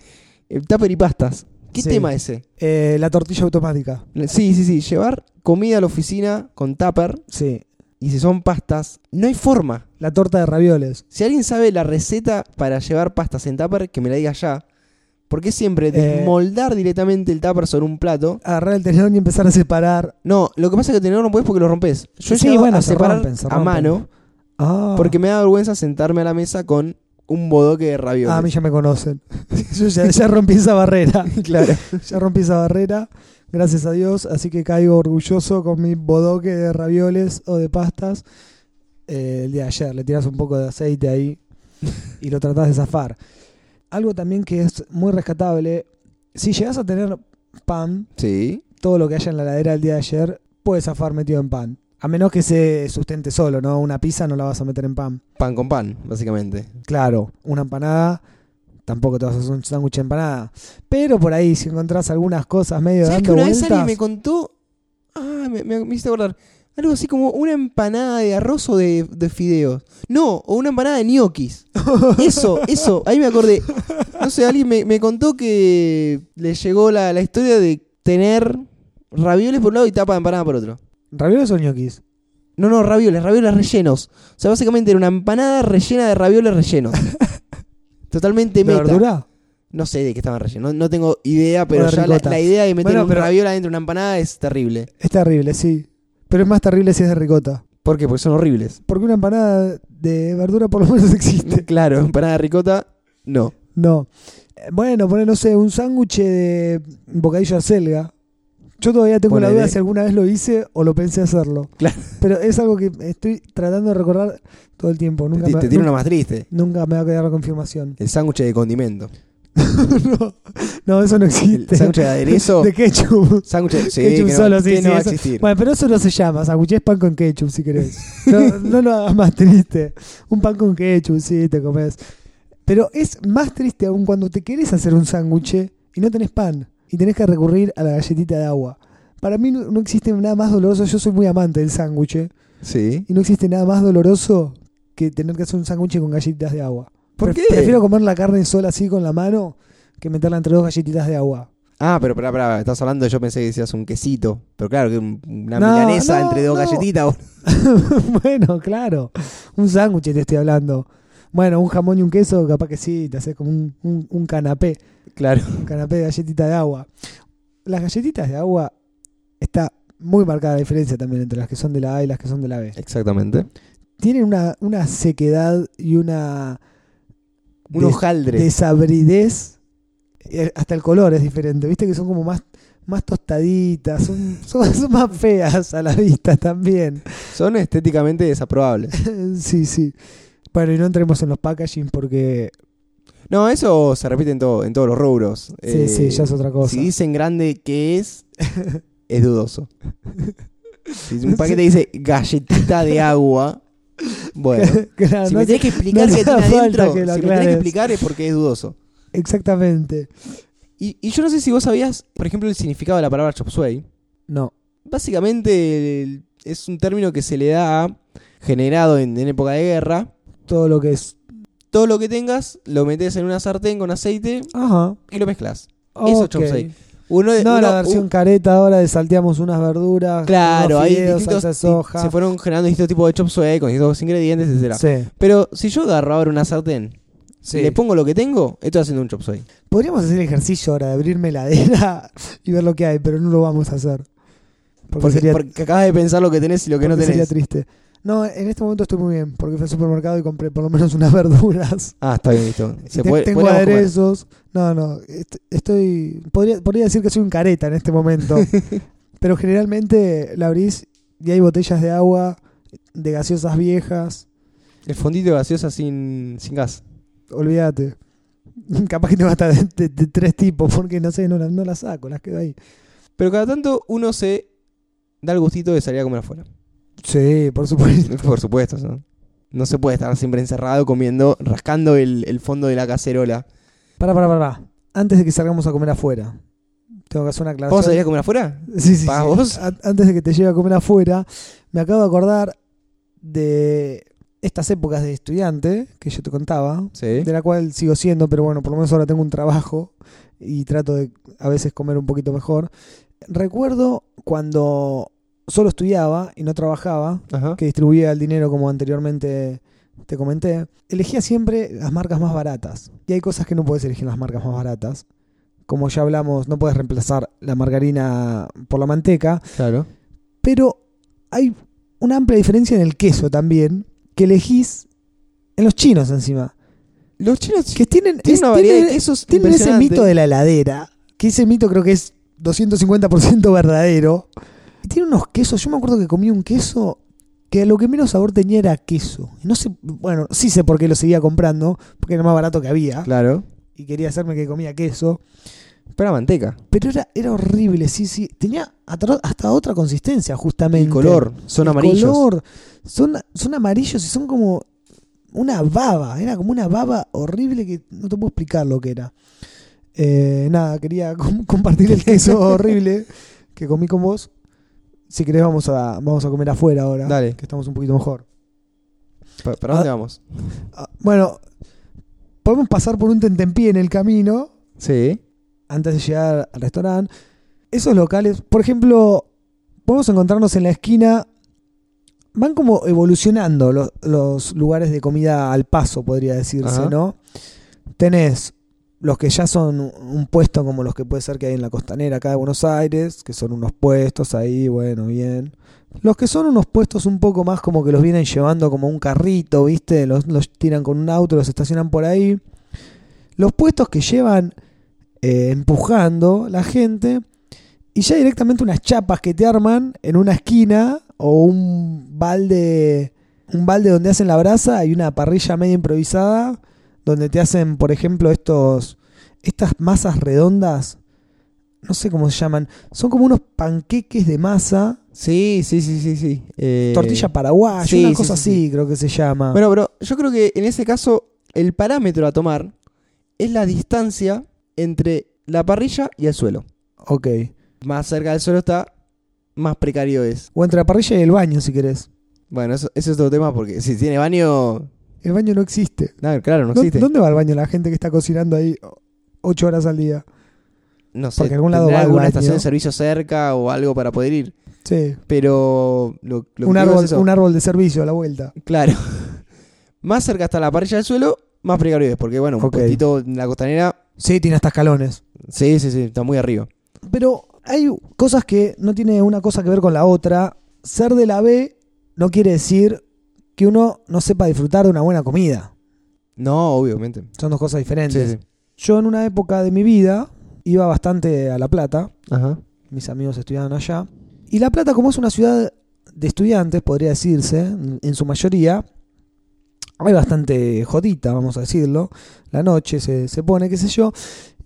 [SPEAKER 2] el Eh, tupper y pastas. ¿Qué
[SPEAKER 1] Sí.
[SPEAKER 2] tema ese?
[SPEAKER 1] Eh, la tortilla automática.
[SPEAKER 2] Sí, sí, sí, llevar comida a la oficina con tupper
[SPEAKER 1] Sí.
[SPEAKER 2] y si son pastas, no hay forma.
[SPEAKER 1] La torta de ravioles.
[SPEAKER 2] Si alguien sabe la receta para llevar pastas en tupper, que me la diga ya. Porque siempre
[SPEAKER 1] Eh.
[SPEAKER 2] desmoldar directamente el tupper sobre un plato.
[SPEAKER 1] Agarrar el tenedor y empezar a separar.
[SPEAKER 2] No, lo que pasa es que tenedor no puedes porque lo rompes. Yo he
[SPEAKER 1] Sí,
[SPEAKER 2] llegado
[SPEAKER 1] bueno,
[SPEAKER 2] a
[SPEAKER 1] se
[SPEAKER 2] separar
[SPEAKER 1] rompen, se
[SPEAKER 2] a
[SPEAKER 1] rompen.
[SPEAKER 2] mano
[SPEAKER 1] Ah.
[SPEAKER 2] porque me da vergüenza sentarme a la mesa con un bodoque de ravioles.
[SPEAKER 1] Ah, a mí ya me conocen. Yo ya, ya rompí esa barrera.
[SPEAKER 2] claro.
[SPEAKER 1] Ya rompí esa barrera, gracias a Dios. Así que caigo orgulloso con mi bodoque de ravioles o de pastas. Eh, el día de ayer le tiras un poco de aceite ahí y lo tratás de zafar. Algo también que es muy rescatable: si llegas a tener pan,
[SPEAKER 2] Sí.
[SPEAKER 1] todo lo que haya en la heladera el día de ayer, puedes zafar metido en pan. A menos que se sustente solo, ¿no? Una pizza no la vas a meter en pan.
[SPEAKER 2] Pan con pan, básicamente.
[SPEAKER 1] Claro, una empanada. Tampoco te vas a hacer un sándwich de empanada. Pero por ahí, si encontrás algunas cosas medio
[SPEAKER 2] ¿Sabes que
[SPEAKER 1] dando
[SPEAKER 2] una
[SPEAKER 1] vueltas.
[SPEAKER 2] vez alguien me contó? Ah, me, me- me hiciste acordar. Algo así como una empanada de arroz o de, de fideos. No, o una empanada de ñoquis. Eso, eso, ahí me acordé. No sé, alguien me, me contó que le llegó la, la historia de tener ravioles por un lado y tapa de empanada por otro.
[SPEAKER 1] ¿Ravioles o ñoquis?
[SPEAKER 2] No, no, ravioles, ravioles rellenos. O sea, básicamente era una empanada rellena de ravioles rellenos. Totalmente
[SPEAKER 1] ¿De
[SPEAKER 2] meta.
[SPEAKER 1] verdura?
[SPEAKER 2] No sé de qué estaban rellenos. No, no tengo idea, pero
[SPEAKER 1] Una
[SPEAKER 2] ya la,
[SPEAKER 1] ricota.
[SPEAKER 2] la idea de meter
[SPEAKER 1] Bueno,
[SPEAKER 2] un
[SPEAKER 1] pero-
[SPEAKER 2] raviola dentro de una empanada es terrible.
[SPEAKER 1] Es terrible, sí. Pero es más terrible si es de ricota.
[SPEAKER 2] ¿Por qué? Porque son horribles.
[SPEAKER 1] Porque una empanada de verdura por lo menos existe.
[SPEAKER 2] Claro, empanada de ricota, no.
[SPEAKER 1] No. Eh, Bueno, poner, no sé, un sándwich de bocadillo de acelga. Yo todavía tengo la
[SPEAKER 2] Ponele.
[SPEAKER 1] duda si alguna vez lo hice o lo pensé hacerlo.
[SPEAKER 2] Claro.
[SPEAKER 1] Pero es algo que estoy tratando de recordar todo el tiempo. Nunca,
[SPEAKER 2] Te,
[SPEAKER 1] me,
[SPEAKER 2] te tiro una más triste.
[SPEAKER 1] nunca me va a quedar la confirmación.
[SPEAKER 2] El sándwich de condimento.
[SPEAKER 1] no, no, eso no
[SPEAKER 2] El
[SPEAKER 1] existe.
[SPEAKER 2] sándwich de aderezo.
[SPEAKER 1] De ketchup.
[SPEAKER 2] Sándwich de... Sí,
[SPEAKER 1] Ketchup
[SPEAKER 2] que no,
[SPEAKER 1] solo, sí,
[SPEAKER 2] que
[SPEAKER 1] sí,
[SPEAKER 2] no va a
[SPEAKER 1] eso-
[SPEAKER 2] existir.
[SPEAKER 1] Bueno, pero eso no se llama. Sándwiches pan con ketchup, si querés. No, no lo hagas más triste. Un pan con ketchup, sí, te comes. Pero es más triste aún cuando te querés hacer un sándwich y no tenés pan. Y tenés que recurrir a la galletita de agua. Para mí no, no existe nada más doloroso. Yo soy muy amante del sándwich. ¿eh?
[SPEAKER 2] Sí.
[SPEAKER 1] Y no existe nada más doloroso que tener que hacer un sándwich con galletitas de agua.
[SPEAKER 2] ¿Por
[SPEAKER 1] Pref-
[SPEAKER 2] qué?
[SPEAKER 1] Prefiero comer la carne sola así con la mano que meterla entre dos galletitas de agua.
[SPEAKER 2] Ah, pero pará, pará. Estás hablando, yo pensé que decías un quesito. Pero claro, que un- una
[SPEAKER 1] No,
[SPEAKER 2] milanesa
[SPEAKER 1] no,
[SPEAKER 2] entre dos
[SPEAKER 1] no.
[SPEAKER 2] galletitas. boludo.
[SPEAKER 1] bueno, claro. Un sándwich te estoy hablando. Bueno, un jamón y un queso, capaz que sí, te haces como un, un- un canapé,
[SPEAKER 2] Claro.
[SPEAKER 1] un canapé de galletita de agua. Las galletitas de agua está muy marcada la diferencia también entre las que son de la A y las que son de la B.
[SPEAKER 2] Exactamente.
[SPEAKER 1] Tienen una, una sequedad y una
[SPEAKER 2] Un
[SPEAKER 1] des-
[SPEAKER 2] hojaldre.
[SPEAKER 1] desabridez. Eh, Hasta el color es diferente, viste que son como más, más tostaditas, son- son- son más feas a la vista también.
[SPEAKER 2] Son estéticamente desaprobables.
[SPEAKER 1] Sí, sí. Bueno, y no entremos en los packaging porque.
[SPEAKER 2] No, eso se repite en, todo, en todos los rubros.
[SPEAKER 1] Sí,
[SPEAKER 2] Eh,
[SPEAKER 1] sí, ya es otra cosa.
[SPEAKER 2] Si dicen grande que es, es dudoso. Si un paquete dice galletita de agua, bueno.
[SPEAKER 1] Claro,
[SPEAKER 2] Si
[SPEAKER 1] no
[SPEAKER 2] me
[SPEAKER 1] sé-
[SPEAKER 2] tenés que explicar
[SPEAKER 1] no
[SPEAKER 2] qué
[SPEAKER 1] hace
[SPEAKER 2] tiene
[SPEAKER 1] falta
[SPEAKER 2] adentro,
[SPEAKER 1] que
[SPEAKER 2] si
[SPEAKER 1] lo
[SPEAKER 2] me tenés que
[SPEAKER 1] aclares.
[SPEAKER 2] explicar es porque es dudoso.
[SPEAKER 1] Exactamente.
[SPEAKER 2] Y, y yo no sé si vos sabías, por ejemplo, el significado de la palabra chop suey.
[SPEAKER 1] No.
[SPEAKER 2] Básicamente el- es un término que se le da a, generado en, en época de guerra.
[SPEAKER 1] Todo lo que es.
[SPEAKER 2] Todo lo que tengas lo metes en una sartén con aceite
[SPEAKER 1] Ajá.
[SPEAKER 2] y lo mezclas. Eso es chop
[SPEAKER 1] ok.
[SPEAKER 2] suey. Uno de,
[SPEAKER 1] No,
[SPEAKER 2] uno-
[SPEAKER 1] la versión
[SPEAKER 2] un-
[SPEAKER 1] careta ahora de salteamos unas verduras.
[SPEAKER 2] claro,
[SPEAKER 1] unos
[SPEAKER 2] hay
[SPEAKER 1] fideos,
[SPEAKER 2] distintos,
[SPEAKER 1] salsa de
[SPEAKER 2] di-
[SPEAKER 1] soja.
[SPEAKER 2] se fueron generando distintos tipos de chop suey con distintos ingredientes, etcétera.
[SPEAKER 1] Sí,
[SPEAKER 2] Pero si yo agarro ahora una sartén,
[SPEAKER 1] sí.
[SPEAKER 2] le pongo lo que tengo, estoy haciendo un chop suey.
[SPEAKER 1] Podríamos hacer el ejercicio ahora de abrirme la heladera y ver lo que hay, pero no lo vamos a hacer. Porque,
[SPEAKER 2] Porque,
[SPEAKER 1] sería,
[SPEAKER 2] porque acabas de pensar lo que tenés y lo que no
[SPEAKER 1] porque sería
[SPEAKER 2] tenés.
[SPEAKER 1] triste. No, en este momento estoy muy bien, porque fui al supermercado y compré por lo menos unas verduras.
[SPEAKER 2] Ah, está bien, listo. Se
[SPEAKER 1] Te-
[SPEAKER 2] puede,
[SPEAKER 1] tengo
[SPEAKER 2] podríamos comer.
[SPEAKER 1] aderezos. No, no, est- estoy... Podría, podría decir que soy un careta en este momento. pero generalmente la abrís y hay botellas de agua, de gaseosas viejas.
[SPEAKER 2] El fondito de gaseosa sin, sin gas.
[SPEAKER 1] Olvídate. Capaz que te basta de, de- de tres tipos, porque no sé, no, la- no las saco, las quedo ahí.
[SPEAKER 2] Pero cada tanto uno se da el gustito de salir a comer afuera.
[SPEAKER 1] Sí, por supuesto.
[SPEAKER 2] Por supuesto, ¿no? No se puede estar siempre encerrado comiendo, rascando el, el fondo de la cacerola.
[SPEAKER 1] Pará, pará, pará. Antes de que salgamos a comer afuera, tengo que hacer una aclaración.
[SPEAKER 2] ¿Vamos a salir a comer afuera?
[SPEAKER 1] Sí, sí,
[SPEAKER 2] ¿Pagás
[SPEAKER 1] sí.
[SPEAKER 2] vos?
[SPEAKER 1] A- Antes de que te lleve a comer afuera, me acabo de acordar de estas épocas de estudiante que yo te contaba,
[SPEAKER 2] Sí.
[SPEAKER 1] de la cual sigo siendo, pero bueno, por lo menos ahora tengo un trabajo y trato de a veces comer un poquito mejor. Recuerdo cuando solo estudiaba y no trabajaba,
[SPEAKER 2] Ajá.
[SPEAKER 1] que distribuía el dinero como anteriormente te comenté, elegía siempre las marcas más baratas. Y hay cosas que no puedes elegir en las marcas más baratas. Como ya hablamos, no puedes reemplazar la margarina por la manteca,
[SPEAKER 2] Claro.
[SPEAKER 1] pero hay una amplia diferencia en el queso también, que elegís en los chinos encima,
[SPEAKER 2] Los chinos
[SPEAKER 1] que tienen,
[SPEAKER 2] tienen
[SPEAKER 1] es-
[SPEAKER 2] una variedad
[SPEAKER 1] tienen-
[SPEAKER 2] de quesos
[SPEAKER 1] tienen ese
[SPEAKER 2] impresionante.
[SPEAKER 1] mito de la heladera, que ese mito creo que es 250% verdadero. Y tiene unos quesos, yo me acuerdo que comí un queso que lo que menos sabor tenía era queso. Y No sé, bueno, sí sé por qué lo seguía comprando, porque era lo más barato que había
[SPEAKER 2] Claro.
[SPEAKER 1] y quería hacerme que comía queso,
[SPEAKER 2] Pero la manteca.
[SPEAKER 1] pero era era horrible, sí, sí, tenía hasta, hasta otra consistencia justamente.
[SPEAKER 2] El color. Son
[SPEAKER 1] El
[SPEAKER 2] amarillos.
[SPEAKER 1] color, son, son amarillos y son como una baba. Era como una baba horrible que no te puedo explicar lo que era. Eh, nada, quería com- compartir el queso horrible que comí con vos. Si querés vamos a, vamos a comer afuera ahora,
[SPEAKER 2] Dale.
[SPEAKER 1] que estamos un poquito mejor.
[SPEAKER 2] Pa- ¿Para dónde vamos?
[SPEAKER 1] Ah, bueno, podemos pasar por un tentempié en el camino
[SPEAKER 2] Sí.
[SPEAKER 1] antes de llegar al restaurante. Esos locales, por ejemplo, podemos encontrarnos en la esquina. Van como evolucionando los, los lugares de comida al paso, podría decirse,
[SPEAKER 2] Ajá.
[SPEAKER 1] ¿no? Tenés los que ya son un puesto como los que puede ser que hay en la costanera acá de Buenos Aires, que son unos puestos ahí, bueno, bien. Los que son unos puestos un poco más como que los vienen llevando como un carrito, ¿viste? Los, los tiran con un auto, los estacionan por ahí. Los puestos que llevan eh, empujando la gente y ya directamente unas chapas que te arman en una esquina o un balde un balde donde hacen la brasa y una parrilla media improvisada donde te hacen por ejemplo estos estas masas redondas no sé cómo se llaman son como unos panqueques de masa
[SPEAKER 2] Sí, sí, sí, sí, sí. Eh,
[SPEAKER 1] tortilla paraguaya
[SPEAKER 2] sí,
[SPEAKER 1] una
[SPEAKER 2] sí,
[SPEAKER 1] cosa
[SPEAKER 2] sí,
[SPEAKER 1] así creo que se llama
[SPEAKER 2] Bueno, pero yo creo que en ese caso el parámetro a tomar es la distancia entre la parrilla y el suelo.
[SPEAKER 1] ok
[SPEAKER 2] Más cerca del suelo está, más precario es.
[SPEAKER 1] o entre la parrilla y el baño si querés
[SPEAKER 2] Bueno, eso, eso es otro tema porque si tiene baño,
[SPEAKER 1] el baño no existe
[SPEAKER 2] no, claro, no
[SPEAKER 1] ¿Dó-
[SPEAKER 2] existe.
[SPEAKER 1] ¿Dónde va el baño la gente que está cocinando ahí ocho horas al día?
[SPEAKER 2] No sé,
[SPEAKER 1] Porque algún lado
[SPEAKER 2] tendrá
[SPEAKER 1] va al
[SPEAKER 2] alguna
[SPEAKER 1] baño.
[SPEAKER 2] estación de servicio cerca o algo para poder ir.
[SPEAKER 1] Sí.
[SPEAKER 2] Pero lo, lo
[SPEAKER 1] Un
[SPEAKER 2] que digo
[SPEAKER 1] árbol,
[SPEAKER 2] es eso.
[SPEAKER 1] un árbol de servicio a la vuelta.
[SPEAKER 2] Claro. Más cerca está la parrilla del suelo, más precario es. Porque bueno, un
[SPEAKER 1] Ok.
[SPEAKER 2] poquito en la costanera,
[SPEAKER 1] Sí, tiene hasta escalones.
[SPEAKER 2] sí, sí, sí, está muy arriba.
[SPEAKER 1] Pero hay cosas que no tiene una cosa que ver con la otra. Ser de la B no quiere decir que uno no sepa disfrutar de una buena comida.
[SPEAKER 2] No, obviamente.
[SPEAKER 1] Son dos cosas diferentes.
[SPEAKER 2] Sí, sí.
[SPEAKER 1] Yo en una época de mi vida iba bastante a La Plata.
[SPEAKER 2] Ajá.
[SPEAKER 1] mis amigos estudiaban allá. Y La Plata, como es una ciudad de estudiantes, podría decirse, en en su mayoría, hay bastante jodita, vamos a decirlo. La noche se, se pone, qué sé yo.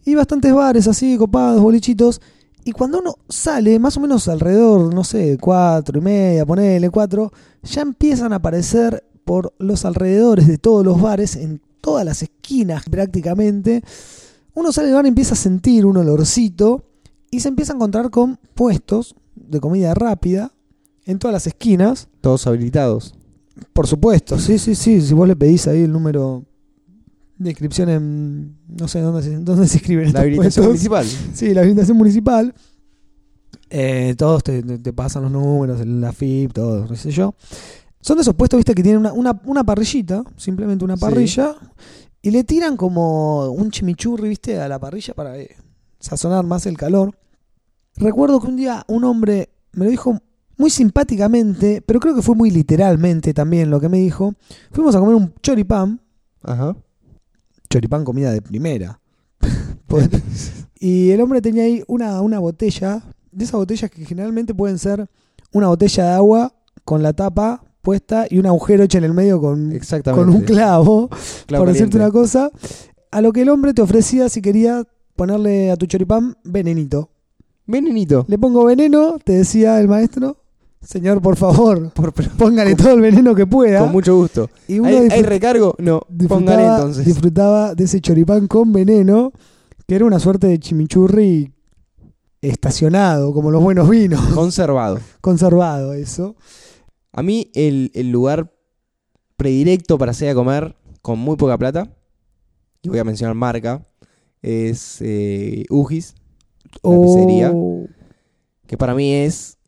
[SPEAKER 1] Y bastantes bares así, copados, bolichitos. Y cuando uno sale, más o menos alrededor, no sé, cuatro y media, ponele cuatro, ya empiezan a aparecer por los alrededores de todos los bares, en todas las esquinas prácticamente. Uno sale del bar y empieza a sentir un olorcito y se empieza a encontrar con puestos de comida rápida en todas las esquinas.
[SPEAKER 2] Todos habilitados.
[SPEAKER 1] Por supuesto, sí, sí, sí. Si vos le pedís ahí el número de inscripción en. No sé dónde se, dónde se escriben
[SPEAKER 2] La
[SPEAKER 1] estos
[SPEAKER 2] habilitación
[SPEAKER 1] puestos.
[SPEAKER 2] municipal.
[SPEAKER 1] Sí, la habilitación municipal. Eh, todos te, te- te pasan los números, el- la FIP, todo, no sé yo. Son de esos puestos, viste, que tienen una, una, una parrillita, simplemente una
[SPEAKER 2] Sí.
[SPEAKER 1] parrilla, y le tiran como un chimichurri, viste, a la parrilla para eh, sazonar más el calor. Recuerdo que un día un hombre me lo dijo muy simpáticamente, pero creo que fue muy literalmente también lo que me dijo. Fuimos a comer un choripán,
[SPEAKER 2] Ajá.
[SPEAKER 1] choripán comida de primera. Pues, y el hombre tenía ahí una, una botella, de esas botellas que generalmente pueden ser una botella de agua con la tapa puesta y un agujero hecho en el medio con,
[SPEAKER 2] Exactamente.
[SPEAKER 1] con un clavo,
[SPEAKER 2] Clavo
[SPEAKER 1] por decirte
[SPEAKER 2] caliente.
[SPEAKER 1] una cosa. A lo que el hombre te ofrecía si quería ponerle a tu choripán venenito.
[SPEAKER 2] Venenito.
[SPEAKER 1] Le pongo veneno, te decía el maestro, señor, por favor,
[SPEAKER 2] Por- pero-
[SPEAKER 1] póngale todo el veneno que
[SPEAKER 2] con
[SPEAKER 1] pueda.
[SPEAKER 2] mucho gusto.
[SPEAKER 1] Y uno
[SPEAKER 2] ¿Hay, hay
[SPEAKER 1] disfruta-
[SPEAKER 2] recargo? No. Póngale
[SPEAKER 1] disfrutaba,
[SPEAKER 2] entonces.
[SPEAKER 1] disfrutaba de ese choripán con veneno, que era una suerte de chimichurri estacionado, como los buenos vinos,
[SPEAKER 2] Conservado.
[SPEAKER 1] conservado eso.
[SPEAKER 2] A mí el, el lugar predilecto para salir a comer con muy poca plata, y voy a mencionar marca, es eh, Ujis, La pizzería. que para mí es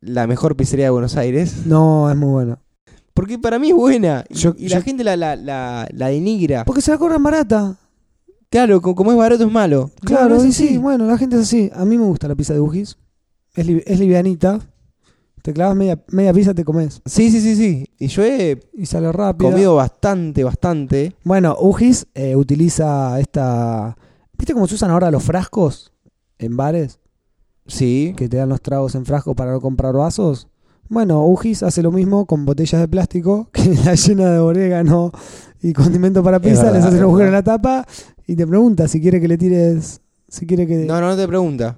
[SPEAKER 2] la mejor pizzería de Buenos Aires.
[SPEAKER 1] No, es muy bueno.
[SPEAKER 2] Porque para mí es buena. Y,
[SPEAKER 1] Yo-
[SPEAKER 2] y la
[SPEAKER 1] yo-
[SPEAKER 2] gente la, la, la, la denigra.
[SPEAKER 1] Porque se la cobran barata.
[SPEAKER 2] Claro, co- como es barato es malo.
[SPEAKER 1] Claro,
[SPEAKER 2] No, no es
[SPEAKER 1] y
[SPEAKER 2] así.
[SPEAKER 1] sí, bueno, la gente es así. A mí me gusta la pizza de Ujis. Es, li- es livianita. Te clavas media, media pizza, te comes.
[SPEAKER 2] Sí, sí, sí, sí. Y yo he
[SPEAKER 1] Y sale rápido.
[SPEAKER 2] comido bastante, bastante.
[SPEAKER 1] Bueno, Ujis eh, utiliza esta... ¿Viste cómo se usan ahora los frascos en bares?
[SPEAKER 2] Sí.
[SPEAKER 1] que te dan los tragos en frasco para no comprar vasos. Bueno, Ujis hace lo mismo con botellas de plástico que la llena de orégano y condimento para pizza,
[SPEAKER 2] verdad,
[SPEAKER 1] les hace
[SPEAKER 2] es
[SPEAKER 1] un agujero en
[SPEAKER 2] verdad.
[SPEAKER 1] la tapa y te pregunta si quiere que le tires, si quiere que
[SPEAKER 2] No, no, no te pregunta.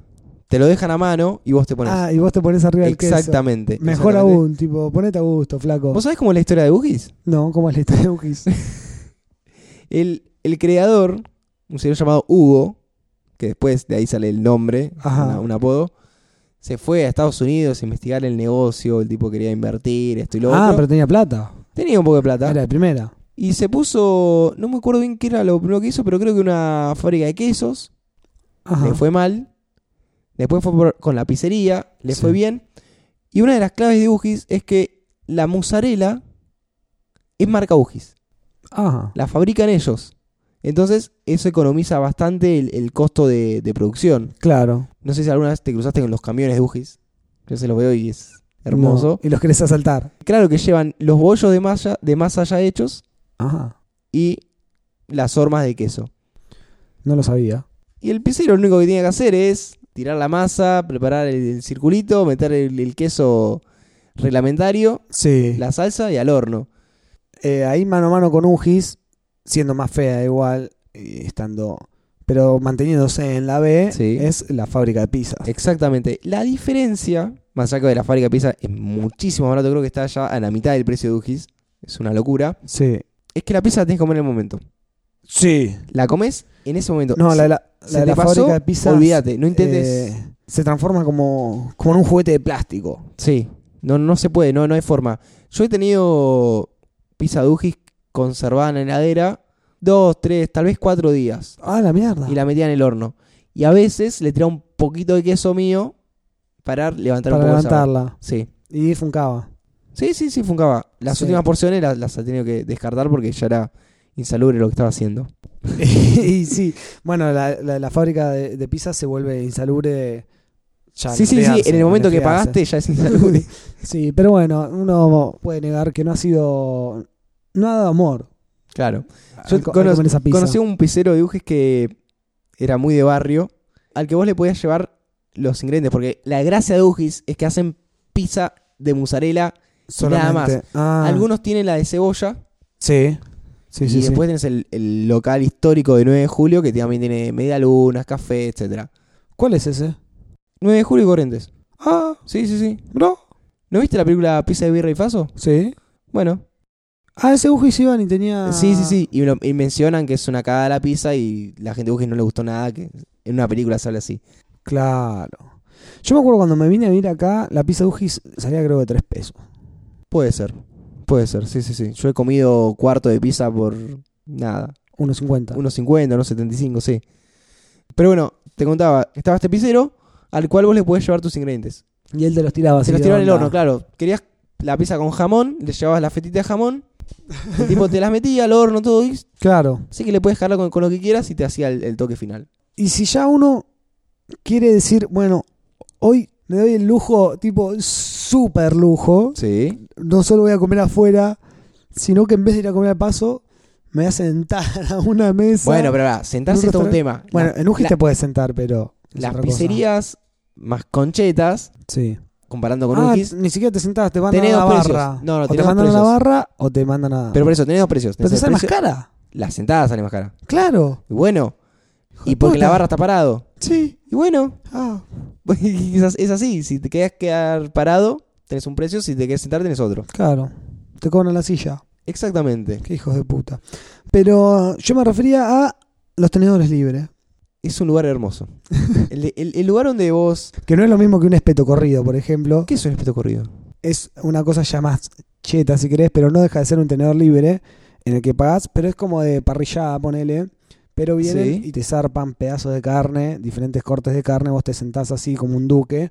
[SPEAKER 2] Te lo dejan a mano y vos te pones.
[SPEAKER 1] Ah, y vos te pones arriba del queso.
[SPEAKER 2] exactamente.
[SPEAKER 1] Mejor
[SPEAKER 2] exactamente.
[SPEAKER 1] aún, tipo, ponete a gusto, flaco.
[SPEAKER 2] ¿Vos sabés cómo es la historia de Bugis?
[SPEAKER 1] No, ¿cómo es la historia de Ujis?
[SPEAKER 2] El, el creador, un señor llamado Hugo, que después de ahí sale el nombre,
[SPEAKER 1] Ajá.
[SPEAKER 2] una- un apodo, se fue a Estados Unidos a investigar el negocio. El tipo quería invertir, esto y lo
[SPEAKER 1] ah,
[SPEAKER 2] otro.
[SPEAKER 1] pero tenía plata.
[SPEAKER 2] Tenía un poco de plata.
[SPEAKER 1] Era de primera.
[SPEAKER 2] Y se puso, no me acuerdo bien qué era lo primero que hizo, pero creo que una fábrica de quesos.
[SPEAKER 1] Ajá.
[SPEAKER 2] Le fue mal. Después fue por- con la pizzería, le
[SPEAKER 1] Sí.
[SPEAKER 2] fue bien. Y una de las claves de Ugis es que la mozzarella es marca Ugis.
[SPEAKER 1] Ajá.
[SPEAKER 2] La fabrican ellos. Entonces eso economiza bastante el, el costo de, de producción.
[SPEAKER 1] Claro.
[SPEAKER 2] No sé si alguna vez te cruzaste con los camiones de Ugis. Yo se los veo y es hermoso.
[SPEAKER 1] No, Y los querés asaltar.
[SPEAKER 2] Claro que llevan los bollos de masa, de masa ya hechos
[SPEAKER 1] Ajá.
[SPEAKER 2] y las hormas de queso.
[SPEAKER 1] No lo sabía.
[SPEAKER 2] Y el pizzero lo único que tiene que hacer es tirar la masa, preparar el, el circulito, meter el, el queso reglamentario,
[SPEAKER 1] Sí.
[SPEAKER 2] la salsa y al horno.
[SPEAKER 1] eh, ahí mano a mano con Ujis, siendo más fea igual, y estando, pero manteniéndose en la B,
[SPEAKER 2] Sí. Eh,
[SPEAKER 1] es la fábrica de pizza.
[SPEAKER 2] Exactamente. La diferencia, más allá que de la fábrica de pizza, es muchísimo más barato, creo que está ya a la mitad del precio de Ujis. Es una locura.
[SPEAKER 1] Sí.
[SPEAKER 2] Es que la pizza la tenés que comer en el momento.
[SPEAKER 1] Sí.
[SPEAKER 2] La comes en ese momento.
[SPEAKER 1] No, la de la,
[SPEAKER 2] Si
[SPEAKER 1] la de
[SPEAKER 2] te
[SPEAKER 1] la
[SPEAKER 2] pasó,
[SPEAKER 1] fábrica de pizza.
[SPEAKER 2] Olvídate, no intentes.
[SPEAKER 1] eh, se transforma como, como en un juguete de plástico.
[SPEAKER 2] Sí, no, no se puede, no, no hay forma. Yo he tenido pizza de Ujis conservada en la heladera dos, tres, tal vez cuatro días.
[SPEAKER 1] Ah, la mierda.
[SPEAKER 2] y la metía en el horno. Y a veces le tiraba un poquito de queso mío para levantar
[SPEAKER 1] Para
[SPEAKER 2] un poco el sabor.
[SPEAKER 1] levantarla.
[SPEAKER 2] Sí.
[SPEAKER 1] Y funcaba.
[SPEAKER 2] Sí, sí, sí, fungaba. Las
[SPEAKER 1] Sí.
[SPEAKER 2] últimas porciones las, las ha tenido que descartar porque ya era insalubre lo que estaba haciendo.
[SPEAKER 1] y sí. Bueno, la, la, la fábrica de, de pizza se vuelve insalubre. Ya al
[SPEAKER 2] sí, sí, sí,
[SPEAKER 1] enfriarse,
[SPEAKER 2] en el momento
[SPEAKER 1] al
[SPEAKER 2] que
[SPEAKER 1] enfriarse.
[SPEAKER 2] pagaste ya es insalubre.
[SPEAKER 1] Sí, pero bueno, uno puede negar que no ha sido. No ha dado amor.
[SPEAKER 2] claro. Yo
[SPEAKER 1] Yo
[SPEAKER 2] conoz-
[SPEAKER 1] conocí, esa pizza.
[SPEAKER 2] Conocí a un pizzero de Ujes que era muy de barrio, al que vos le podías llevar los ingredientes, porque la gracia de Ujis es que hacen pizza de mozzarella. nada más.
[SPEAKER 1] Ah,
[SPEAKER 2] Algunos tienen la de cebolla,
[SPEAKER 1] Sí. Sí,
[SPEAKER 2] y
[SPEAKER 1] sí, sí.
[SPEAKER 2] después tenés el, el local histórico de 9 de julio que también tiene medialunas, café, etcétera.
[SPEAKER 1] ¿Cuál es ese?
[SPEAKER 2] 9 de julio y Corrientes.
[SPEAKER 1] Ah,
[SPEAKER 2] Sí, sí, sí.
[SPEAKER 1] bro.
[SPEAKER 2] ¿No viste la película Pizza de Birra y Faso?
[SPEAKER 1] Sí.
[SPEAKER 2] Bueno.
[SPEAKER 1] Ah, ese Ujis iban y tenía.
[SPEAKER 2] Sí, sí, sí. Y, lo- y mencionan que es una cagada la pizza y la gente de Uji no le gustó nada que en una película sale así.
[SPEAKER 1] Claro. Yo me acuerdo cuando me vine a vivir acá, la pizza de Ujis salía creo de 3 pesos.
[SPEAKER 2] Puede ser. Puede ser, sí, sí, sí. Yo he comido cuarto de pizza por nada.
[SPEAKER 1] 1.50.
[SPEAKER 2] Unos 50, unos 75, sí. Pero bueno, te contaba, estaba este pizzero al cual vos le podés llevar tus ingredientes.
[SPEAKER 1] Y él te los tiraba. así
[SPEAKER 2] Se los
[SPEAKER 1] de
[SPEAKER 2] tiraban en el
[SPEAKER 1] onda.
[SPEAKER 2] horno, claro. Querías la pizza con jamón, le llevabas la fetita de jamón, el tipo te las metía al horno, todo, y
[SPEAKER 1] Claro.
[SPEAKER 2] así que le puedes dejarla con, con lo que quieras y te hacía el, el toque final.
[SPEAKER 1] Y si ya uno quiere decir, bueno, hoy me doy el lujo, tipo, súper lujo.
[SPEAKER 2] Sí.
[SPEAKER 1] No solo voy a comer afuera, sino que en vez de ir a comer al paso, me voy a sentar a una mesa.
[SPEAKER 2] Bueno, pero ahora, sentarse
[SPEAKER 1] Un
[SPEAKER 2] es todo un
[SPEAKER 1] restaurante-
[SPEAKER 2] tema.
[SPEAKER 1] Bueno,
[SPEAKER 2] La-
[SPEAKER 1] en Ujis
[SPEAKER 2] la-
[SPEAKER 1] te puedes sentar, pero. es
[SPEAKER 2] las
[SPEAKER 1] otra cosa.
[SPEAKER 2] pizzerías más conchetas,
[SPEAKER 1] Sí.
[SPEAKER 2] comparando con
[SPEAKER 1] Ah,
[SPEAKER 2] Ujis,
[SPEAKER 1] ni siquiera te sentabas, te mandan
[SPEAKER 2] Tenés
[SPEAKER 1] a la
[SPEAKER 2] dos precios.
[SPEAKER 1] barra.
[SPEAKER 2] No, no,
[SPEAKER 1] o te
[SPEAKER 2] tenés dos
[SPEAKER 1] mandan a la
[SPEAKER 2] precios.
[SPEAKER 1] barra o te mandan a.
[SPEAKER 2] pero por eso tenés dos precios.
[SPEAKER 1] Pero te
[SPEAKER 2] Tenés el
[SPEAKER 1] sale más
[SPEAKER 2] precio-
[SPEAKER 1] cara.
[SPEAKER 2] La sentada sale más cara.
[SPEAKER 1] Claro.
[SPEAKER 2] Y bueno,
[SPEAKER 1] Hijo
[SPEAKER 2] y
[SPEAKER 1] de
[SPEAKER 2] porque la
[SPEAKER 1] puta.
[SPEAKER 2] barra está parado.
[SPEAKER 1] Sí.
[SPEAKER 2] Y bueno,
[SPEAKER 1] Ah.
[SPEAKER 2] es as- es así. Si te quedas quedar parado, tenés un precio. Si te quedas sentar, tenés otro.
[SPEAKER 1] Claro. Te cobran la silla.
[SPEAKER 2] Exactamente.
[SPEAKER 1] Qué hijos de puta. Pero yo me refería a los tenedores libres.
[SPEAKER 2] Es un lugar hermoso. el, el- el lugar donde vos.
[SPEAKER 1] Que no es lo mismo que un espeto corrido, por ejemplo.
[SPEAKER 2] ¿Qué es un espeto corrido?
[SPEAKER 1] Es una cosa ya más cheta, si querés, pero no deja de ser un tenedor libre en el que pagás. Pero es como de parrillada, ponele. Pero vienen
[SPEAKER 2] Sí.
[SPEAKER 1] y te zarpan pedazos de carne, diferentes cortes de carne. Vos te sentás así como un duque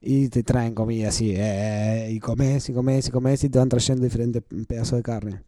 [SPEAKER 1] y te traen comida así. eh, y comés y comés y comés y te van trayendo diferentes pedazos de carne.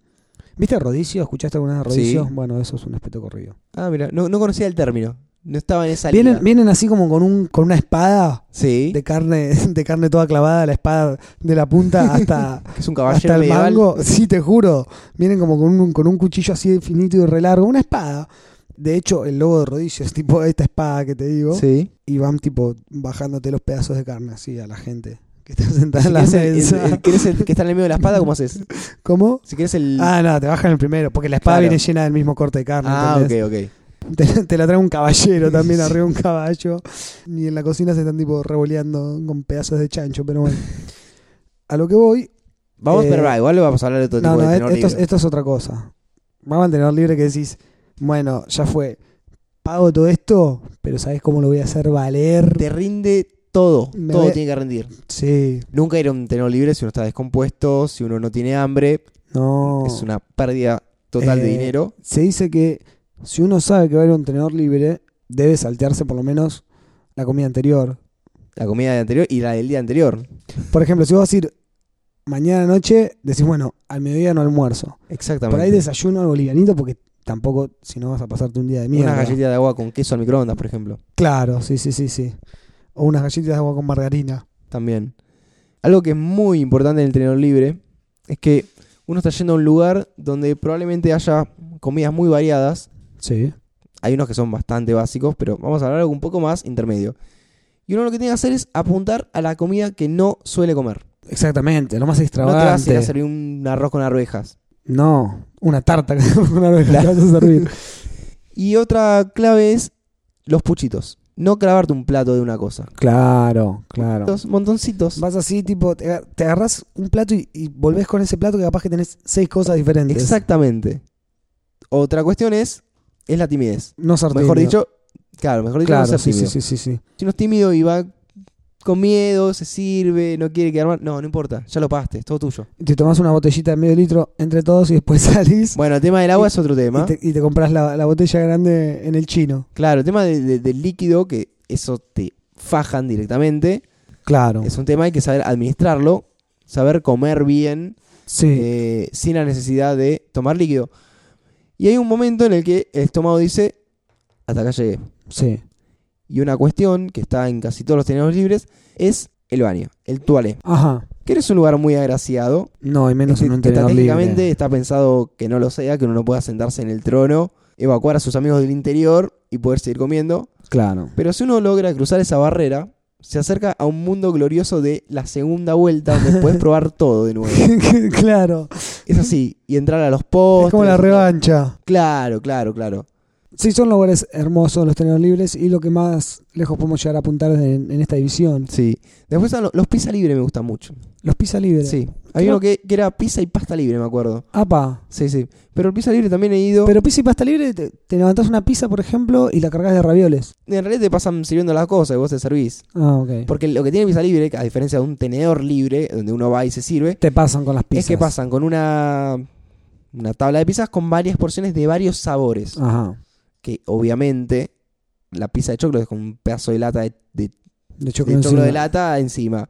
[SPEAKER 1] ¿Viste rodicio? ¿Escuchaste alguna de
[SPEAKER 2] Sí.
[SPEAKER 1] rodicio? Bueno, eso es un espeto corrido.
[SPEAKER 2] Ah, mira, no, no conocía el término. No estaba en esa
[SPEAKER 1] Vienen,
[SPEAKER 2] liga.
[SPEAKER 1] vienen así como con un con una espada
[SPEAKER 2] Sí.
[SPEAKER 1] de carne de carne toda clavada, la espada de la punta hasta,
[SPEAKER 2] que es un
[SPEAKER 1] hasta
[SPEAKER 2] caballero
[SPEAKER 1] el
[SPEAKER 2] medieval.
[SPEAKER 1] mango. Sí, te juro. Vienen como con un, con un cuchillo así finito y re largo, una espada. De hecho, el logo de rodicio es tipo esta espada que te digo.
[SPEAKER 2] Sí.
[SPEAKER 1] Y van tipo bajándote los pedazos de carne así a la gente que está sentada
[SPEAKER 2] Si
[SPEAKER 1] en la
[SPEAKER 2] querés el,
[SPEAKER 1] mesa.
[SPEAKER 2] el- el- querés el que está en el medio de la espada, ¿cómo haces?
[SPEAKER 1] ¿Cómo?
[SPEAKER 2] Si quieres el.
[SPEAKER 1] Ah, no, te bajan el primero, porque la espada
[SPEAKER 2] Claro.
[SPEAKER 1] viene llena del mismo corte de carne.
[SPEAKER 2] Ah,
[SPEAKER 1] ¿entendés?
[SPEAKER 2] ok, ok.
[SPEAKER 1] Te, te la trae un caballero también arriba un caballo. Y en la cocina se están tipo revoleando con pedazos de chancho, pero bueno. A lo que voy.
[SPEAKER 2] Vamos,
[SPEAKER 1] Eh,
[SPEAKER 2] pero va, igual vamos a hablar de todo
[SPEAKER 1] No,
[SPEAKER 2] este tipo
[SPEAKER 1] no,
[SPEAKER 2] de
[SPEAKER 1] e-
[SPEAKER 2] tenor
[SPEAKER 1] esto, es-
[SPEAKER 2] libre.
[SPEAKER 1] esto es otra cosa. Vamos al tenedor libre que decís, bueno, ya fue. Pago todo esto, pero ¿sabés cómo lo voy a hacer valer?
[SPEAKER 2] Te rinde todo.
[SPEAKER 1] Me
[SPEAKER 2] todo
[SPEAKER 1] ve-
[SPEAKER 2] tiene que rendir.
[SPEAKER 1] Sí,
[SPEAKER 2] Nunca ir a un tenor libre si uno está descompuesto, si uno no tiene hambre.
[SPEAKER 1] no.
[SPEAKER 2] Es una pérdida total de
[SPEAKER 1] Eh,
[SPEAKER 2] dinero.
[SPEAKER 1] Se dice que si uno sabe que va a ir a un tenedor libre, debe saltearse por lo menos la comida anterior.
[SPEAKER 2] La comida del anterior y la del día anterior.
[SPEAKER 1] Por ejemplo, si vos vas a ir mañana noche, decís, bueno, al mediodía no almuerzo.
[SPEAKER 2] Exactamente.
[SPEAKER 1] Por ahí desayuno algo livianito porque tampoco, si no vas a pasarte un día de mierda.
[SPEAKER 2] Una galletita de agua con queso al microondas, por ejemplo.
[SPEAKER 1] Claro, sí, sí, sí, sí. O unas galletitas de agua con margarina.
[SPEAKER 2] También. Algo que es muy importante en el tenedor libre es que uno está yendo a un lugar donde probablemente haya comidas muy variadas.
[SPEAKER 1] Sí.
[SPEAKER 2] Hay unos que son bastante básicos, pero vamos a hablar algo un poco más intermedio. Y uno lo que tiene que hacer es apuntar a la comida que no suele comer.
[SPEAKER 1] Exactamente, lo más
[SPEAKER 2] No te vas a
[SPEAKER 1] extravagante.
[SPEAKER 2] ir
[SPEAKER 1] No,
[SPEAKER 2] a servir un arroz con arvejas.
[SPEAKER 1] una tarta con una oreja te vas a servir.
[SPEAKER 2] Y otra clave es los puchitos. No clavarte un plato de una cosa.
[SPEAKER 1] Claro, claro.
[SPEAKER 2] Los montoncitos.
[SPEAKER 1] Vas así, tipo, te aga- te agarrás un plato y, y volvés con ese plato que capaz que tenés seis cosas diferentes.
[SPEAKER 2] Exactamente. Otra cuestión es, es la timidez.
[SPEAKER 1] No ser
[SPEAKER 2] Mejor
[SPEAKER 1] tímido.
[SPEAKER 2] dicho, claro, mejor dicho, no
[SPEAKER 1] claro,
[SPEAKER 2] ser
[SPEAKER 1] sí, sí,
[SPEAKER 2] tímido.
[SPEAKER 1] sí, sí, sí.
[SPEAKER 2] Si uno es tímido y va con miedo, se sirve, no quiere quedar mal, no, no importa, ya lo pagaste, es todo tuyo.
[SPEAKER 1] Te tomás una botellita de medio litro entre todos y después salís
[SPEAKER 2] Bueno, el tema del agua es otro tema.
[SPEAKER 1] y te, y te compras la, la botella grande en el chino.
[SPEAKER 2] Este, Claro, el tema de- de- del líquido, que eso te fajan directamente,
[SPEAKER 1] Claro.
[SPEAKER 2] es un tema, hay que saber administrarlo, saber comer bien,
[SPEAKER 1] Sí.
[SPEAKER 2] eh, sin la necesidad de tomar líquido. Y hay un momento en el que el estómago dice, hasta acá llegué.
[SPEAKER 1] Sí.
[SPEAKER 2] Y una cuestión que está en casi todos los tenedores libres es el baño, el toilet,
[SPEAKER 1] Ajá.
[SPEAKER 2] que es un lugar muy agraciado.
[SPEAKER 1] No, y menos
[SPEAKER 2] Este-
[SPEAKER 1] en un tenedor
[SPEAKER 2] estratégicamente
[SPEAKER 1] libre.
[SPEAKER 2] está pensado que no lo sea, que uno no pueda sentarse en el trono, evacuar a sus amigos del interior y poder seguir comiendo.
[SPEAKER 1] Claro.
[SPEAKER 2] Pero si uno logra cruzar esa barrera, se acerca a un mundo glorioso de la segunda vuelta donde puedes probar todo de nuevo.
[SPEAKER 1] claro.
[SPEAKER 2] Es así, y entrar a los postres.
[SPEAKER 1] es como la revancha.
[SPEAKER 2] Claro, claro, claro.
[SPEAKER 1] Sí, son lugares hermosos los terrenos libres y lo que más lejos podemos llegar a apuntar es en, en esta división.
[SPEAKER 2] Sí. Después están lo- los pizza libre me gustan mucho.
[SPEAKER 1] Los pisa libres.
[SPEAKER 2] Sí. Había
[SPEAKER 1] Creo-
[SPEAKER 2] uno que, que era pizza y pasta libre, me acuerdo.
[SPEAKER 1] Apa.
[SPEAKER 2] Sí, sí. Pero el pizza libre también he ido.
[SPEAKER 1] Pero pizza y pasta libre, te, te levantás una pizza, por ejemplo, y la cargas de ravioles.
[SPEAKER 2] En realidad te pasan sirviendo las cosas y vos te servís.
[SPEAKER 1] Ah, ok.
[SPEAKER 2] Porque lo que tiene pizza libre, a diferencia de un tenedor libre, donde uno va y se sirve,
[SPEAKER 1] te pasan con las pizzas.
[SPEAKER 2] es que pasan con una, una tabla de pizzas con varias porciones de varios sabores.
[SPEAKER 1] Ajá.
[SPEAKER 2] Que obviamente la pizza de choclo es con un pedazo de lata de, de-
[SPEAKER 1] De hecho,
[SPEAKER 2] de choclo de lata encima.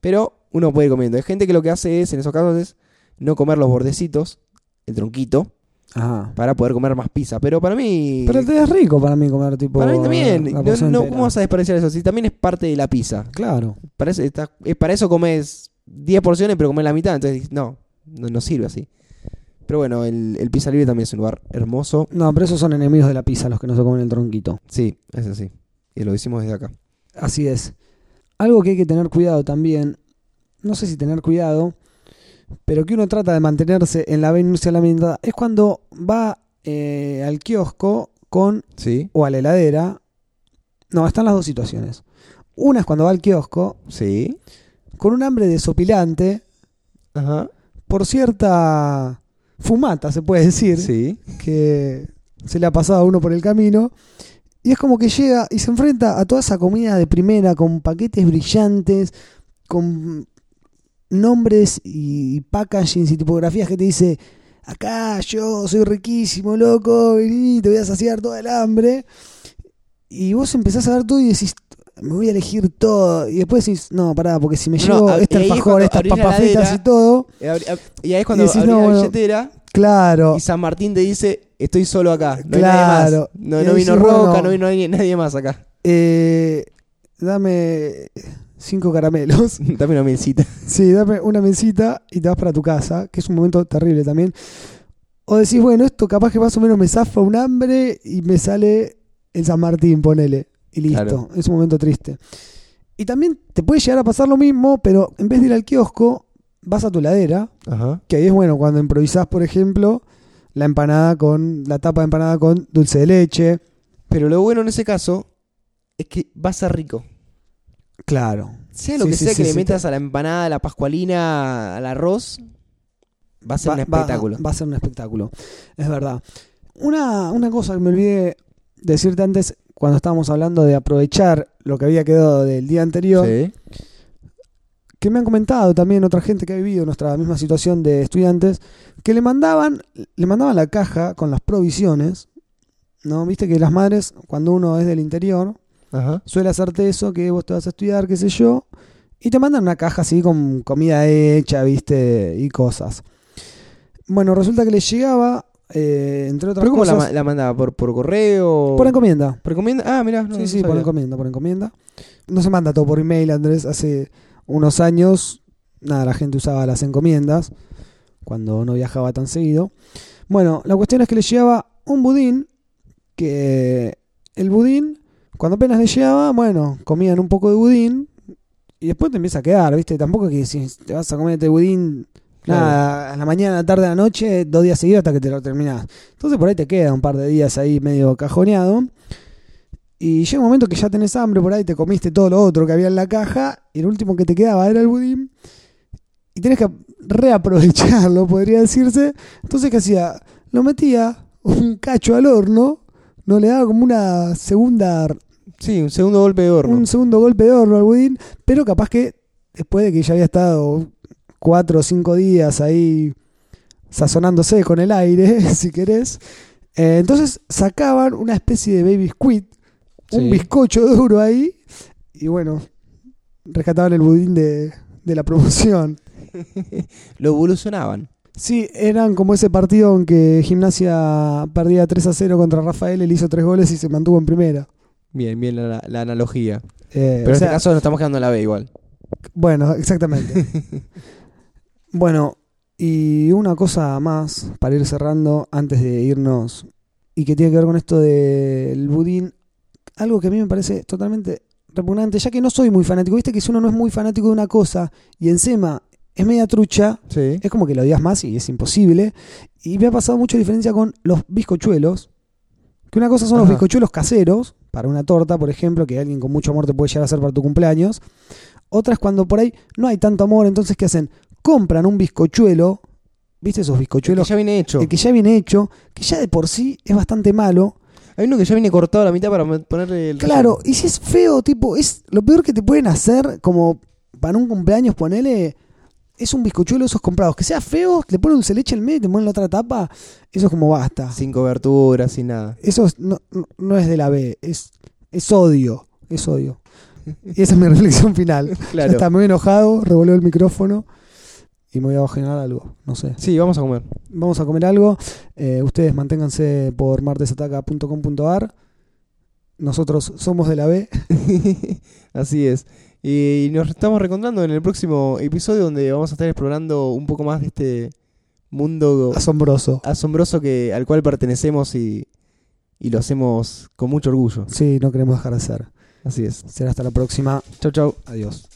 [SPEAKER 2] Pero uno puede ir comiendo. Hay gente que lo que hace es, en esos casos, es no comer los bordecitos, el tronquito,
[SPEAKER 1] Ajá.
[SPEAKER 2] para poder comer más pizza. Pero para mí.
[SPEAKER 1] Pero te es rico para mí comer tipo.
[SPEAKER 2] para mí también.
[SPEAKER 1] la
[SPEAKER 2] No,
[SPEAKER 1] porción
[SPEAKER 2] no,
[SPEAKER 1] entera.
[SPEAKER 2] ¿Cómo vas a desperdiciar eso? Si también es parte de la pizza.
[SPEAKER 1] Claro.
[SPEAKER 2] Para eso, está- es para eso comes 10 porciones, pero comes la mitad. Entonces, no, no, no sirve así. Pero bueno, el, el Pizza Libre también es un lugar hermoso.
[SPEAKER 1] No, pero esos son enemigos de la pizza los que no se comen el tronquito.
[SPEAKER 2] Sí, es así. Y lo hicimos desde acá.
[SPEAKER 1] Así es. Algo que hay que tener cuidado también, no sé si tener cuidado, pero que uno trata de mantenerse en la B industria lamentada, es cuando va eh, al kiosco con
[SPEAKER 2] Sí,
[SPEAKER 1] o a la heladera. No, están las dos situaciones. Una es cuando va al kiosco
[SPEAKER 2] sí.
[SPEAKER 1] con un hambre desopilante
[SPEAKER 2] Ajá.
[SPEAKER 1] por cierta fumata, se puede decir,
[SPEAKER 2] Sí.
[SPEAKER 1] que se le ha pasado a uno por el camino. Y es como que llega y se enfrenta a toda esa comida de primera, con paquetes brillantes, con nombres y packagings y tipografías que te dice, acá yo soy riquísimo, loco, vení, te voy a saciar todo el hambre. Y vos empezás a ver todo y decís, me voy a elegir todo. Y después decís, no, pará, porque si me
[SPEAKER 2] No,
[SPEAKER 1] llevo
[SPEAKER 2] no,
[SPEAKER 1] este
[SPEAKER 2] ahí es
[SPEAKER 1] alfajor,
[SPEAKER 2] cuando
[SPEAKER 1] estas
[SPEAKER 2] abrís la
[SPEAKER 1] papas
[SPEAKER 2] heladera.
[SPEAKER 1] fritas y todo,
[SPEAKER 2] Y Eh, abrí- ab- y ahí es cuando
[SPEAKER 1] Y decís,
[SPEAKER 2] abrís
[SPEAKER 1] no,
[SPEAKER 2] la
[SPEAKER 1] bueno.
[SPEAKER 2] billetera
[SPEAKER 1] claro.
[SPEAKER 2] y San Martín te dice, estoy solo acá, no hay nadie más.
[SPEAKER 1] Claro.
[SPEAKER 2] No,
[SPEAKER 1] Y
[SPEAKER 2] no
[SPEAKER 1] ahí
[SPEAKER 2] vino
[SPEAKER 1] decís,
[SPEAKER 2] Roca,
[SPEAKER 1] bueno.
[SPEAKER 2] no vino nadie- nadie más acá.
[SPEAKER 1] Eh, dame cinco caramelos.
[SPEAKER 2] Dame una milcita.
[SPEAKER 1] Sí, dame una mesita y te vas para tu casa, que es un momento terrible también. O decís, bueno, esto capaz que más o menos me zafa un hambre y me sale el San Martín, ponele. Y listo,
[SPEAKER 2] Claro.
[SPEAKER 1] es un momento triste. Y también te puede llegar a pasar lo mismo, pero en vez de ir al kiosco, vas a tu ladera,
[SPEAKER 2] Ajá.
[SPEAKER 1] que ahí es bueno cuando improvisás, por ejemplo, la empanada con, la tapa de empanada con dulce de leche.
[SPEAKER 2] Pero lo bueno en ese caso es que va a ser rico.
[SPEAKER 1] Claro,
[SPEAKER 2] Sea lo
[SPEAKER 1] Sí,
[SPEAKER 2] que
[SPEAKER 1] sí,
[SPEAKER 2] sea
[SPEAKER 1] sí,
[SPEAKER 2] que le
[SPEAKER 1] sí,
[SPEAKER 2] metas a la empanada, a la pascualina, al arroz, va a ser un espectáculo.
[SPEAKER 1] Va, a ser un espectáculo, es verdad. Una, una cosa que me olvidé decirte antes, cuando estábamos hablando de aprovechar lo que había quedado del día anterior,
[SPEAKER 2] Sí.
[SPEAKER 1] que me han comentado también otra gente que ha vivido nuestra misma situación de estudiantes, que le mandaban, le mandaban la caja con las provisiones, ¿no? Viste que las madres, cuando uno es del interior,
[SPEAKER 2] Ajá.
[SPEAKER 1] suele hacerte eso, que vos te vas a estudiar, qué sé yo, y te mandan una caja así con comida hecha, viste, y cosas. Bueno, resulta que les llegaba, eh, entre otras
[SPEAKER 2] ¿Pero cómo la,
[SPEAKER 1] cosas,
[SPEAKER 2] ma- la mandaba? ¿Por, por correo?
[SPEAKER 1] por encomienda.
[SPEAKER 2] ¿Por encomienda? Ah, mirá. No,
[SPEAKER 1] sí,
[SPEAKER 2] no
[SPEAKER 1] sí, por
[SPEAKER 2] sabía.
[SPEAKER 1] encomienda, por encomienda. No se manda todo por email, Andrés. Hace unos años, nada, la gente usaba las encomiendas cuando no viajaba tan seguido. Bueno, la cuestión es que le llegaba un budín, que el budín, cuando apenas le llegaba, bueno, comían un poco de budín y después te empieza a quedar, ¿viste? Tampoco es que si te vas a comer este budín,
[SPEAKER 2] Claro.
[SPEAKER 1] nada, a la mañana, a la tarde, a la noche, dos días seguidos hasta que te lo terminás. Entonces por ahí te queda un par de días ahí medio cajoneado. Y llega un momento que ya tenés hambre por ahí, te comiste todo lo otro que había en la caja, y el último que te quedaba era el budín. Y tenés que reaprovecharlo, podría decirse. Entonces, ¿qué hacía? Lo metía un cacho al horno, no le daba como una segunda,
[SPEAKER 2] Sí, un segundo golpe de horno.
[SPEAKER 1] un segundo golpe de horno al budín, pero capaz que después de que ya había estado cuatro o cinco días ahí sazonándose con el aire, si querés, eh, entonces sacaban una especie de baby squid un
[SPEAKER 2] Sí.
[SPEAKER 1] bizcocho duro ahí. Y bueno, rescataban el budín de, de la promoción.
[SPEAKER 2] Lo evolucionaban.
[SPEAKER 1] Sí, eran como ese partido en que Gimnasia perdía 3 a 0 contra Rafael, él hizo 3 goles y se mantuvo en primera.
[SPEAKER 2] Bien, bien la, la analogía.
[SPEAKER 1] Eh,
[SPEAKER 2] Pero
[SPEAKER 1] o
[SPEAKER 2] en
[SPEAKER 1] sea,
[SPEAKER 2] este caso nos estamos quedando en la B igual.
[SPEAKER 1] Bueno, exactamente. bueno, y una cosa más para ir cerrando antes de irnos y que tiene que ver con esto del budín, algo que a mí me parece totalmente repugnante, ya que no soy muy fanático, viste que si uno no es muy fanático de una cosa y encima es media trucha,
[SPEAKER 2] Sí.
[SPEAKER 1] es como que lo odias más y es imposible. Y me ha pasado mucha diferencia con los bizcochuelos, Que una cosa son los
[SPEAKER 2] Ajá.
[SPEAKER 1] bizcochuelos caseros, para una torta, por ejemplo, que alguien con mucho amor te puede llegar a hacer para tu cumpleaños. Otras cuando por ahí no hay tanto amor, entonces ¿qué hacen? Compran un bizcochuelo, ¿viste esos
[SPEAKER 2] El que
[SPEAKER 1] bizcochuelos?
[SPEAKER 2] ya viene hecho.
[SPEAKER 1] El que ya viene hecho, que ya de por sí es bastante malo.
[SPEAKER 2] Hay uno que ya viene cortado a la mitad para me- ponerle el.
[SPEAKER 1] Claro, y si es feo, tipo, es lo peor que te pueden hacer, como para un cumpleaños, ponele, es un bizcochuelo de esos comprados. Que sea feo, le ponen un se leche en medio y te ponen la otra tapa, eso es como basta.
[SPEAKER 2] relleno. Sin cobertura, sin nada.
[SPEAKER 1] Eso es- no, no- no es de la B, es, es odio, es odio. Y esa es mi reflexión final. Ya
[SPEAKER 2] Claro.
[SPEAKER 1] está, me voy enojado, revolvió el micrófono y me voy a generar algo, no sé.
[SPEAKER 2] Sí, vamos a comer.
[SPEAKER 1] Vamos a comer algo. eh, ustedes manténganse por martesataca.com.ar. Nosotros somos de la B.
[SPEAKER 2] Así es. Y nos estamos reencontrando en el próximo episodio donde vamos a estar explorando un poco más de este mundo
[SPEAKER 1] Asombroso.
[SPEAKER 2] asombroso que, al cual pertenecemos y, y lo hacemos con mucho orgullo.
[SPEAKER 1] Sí, no queremos dejar de ser.
[SPEAKER 2] Así es.
[SPEAKER 1] Será hasta la próxima.
[SPEAKER 2] Chau, chau.
[SPEAKER 1] Adiós.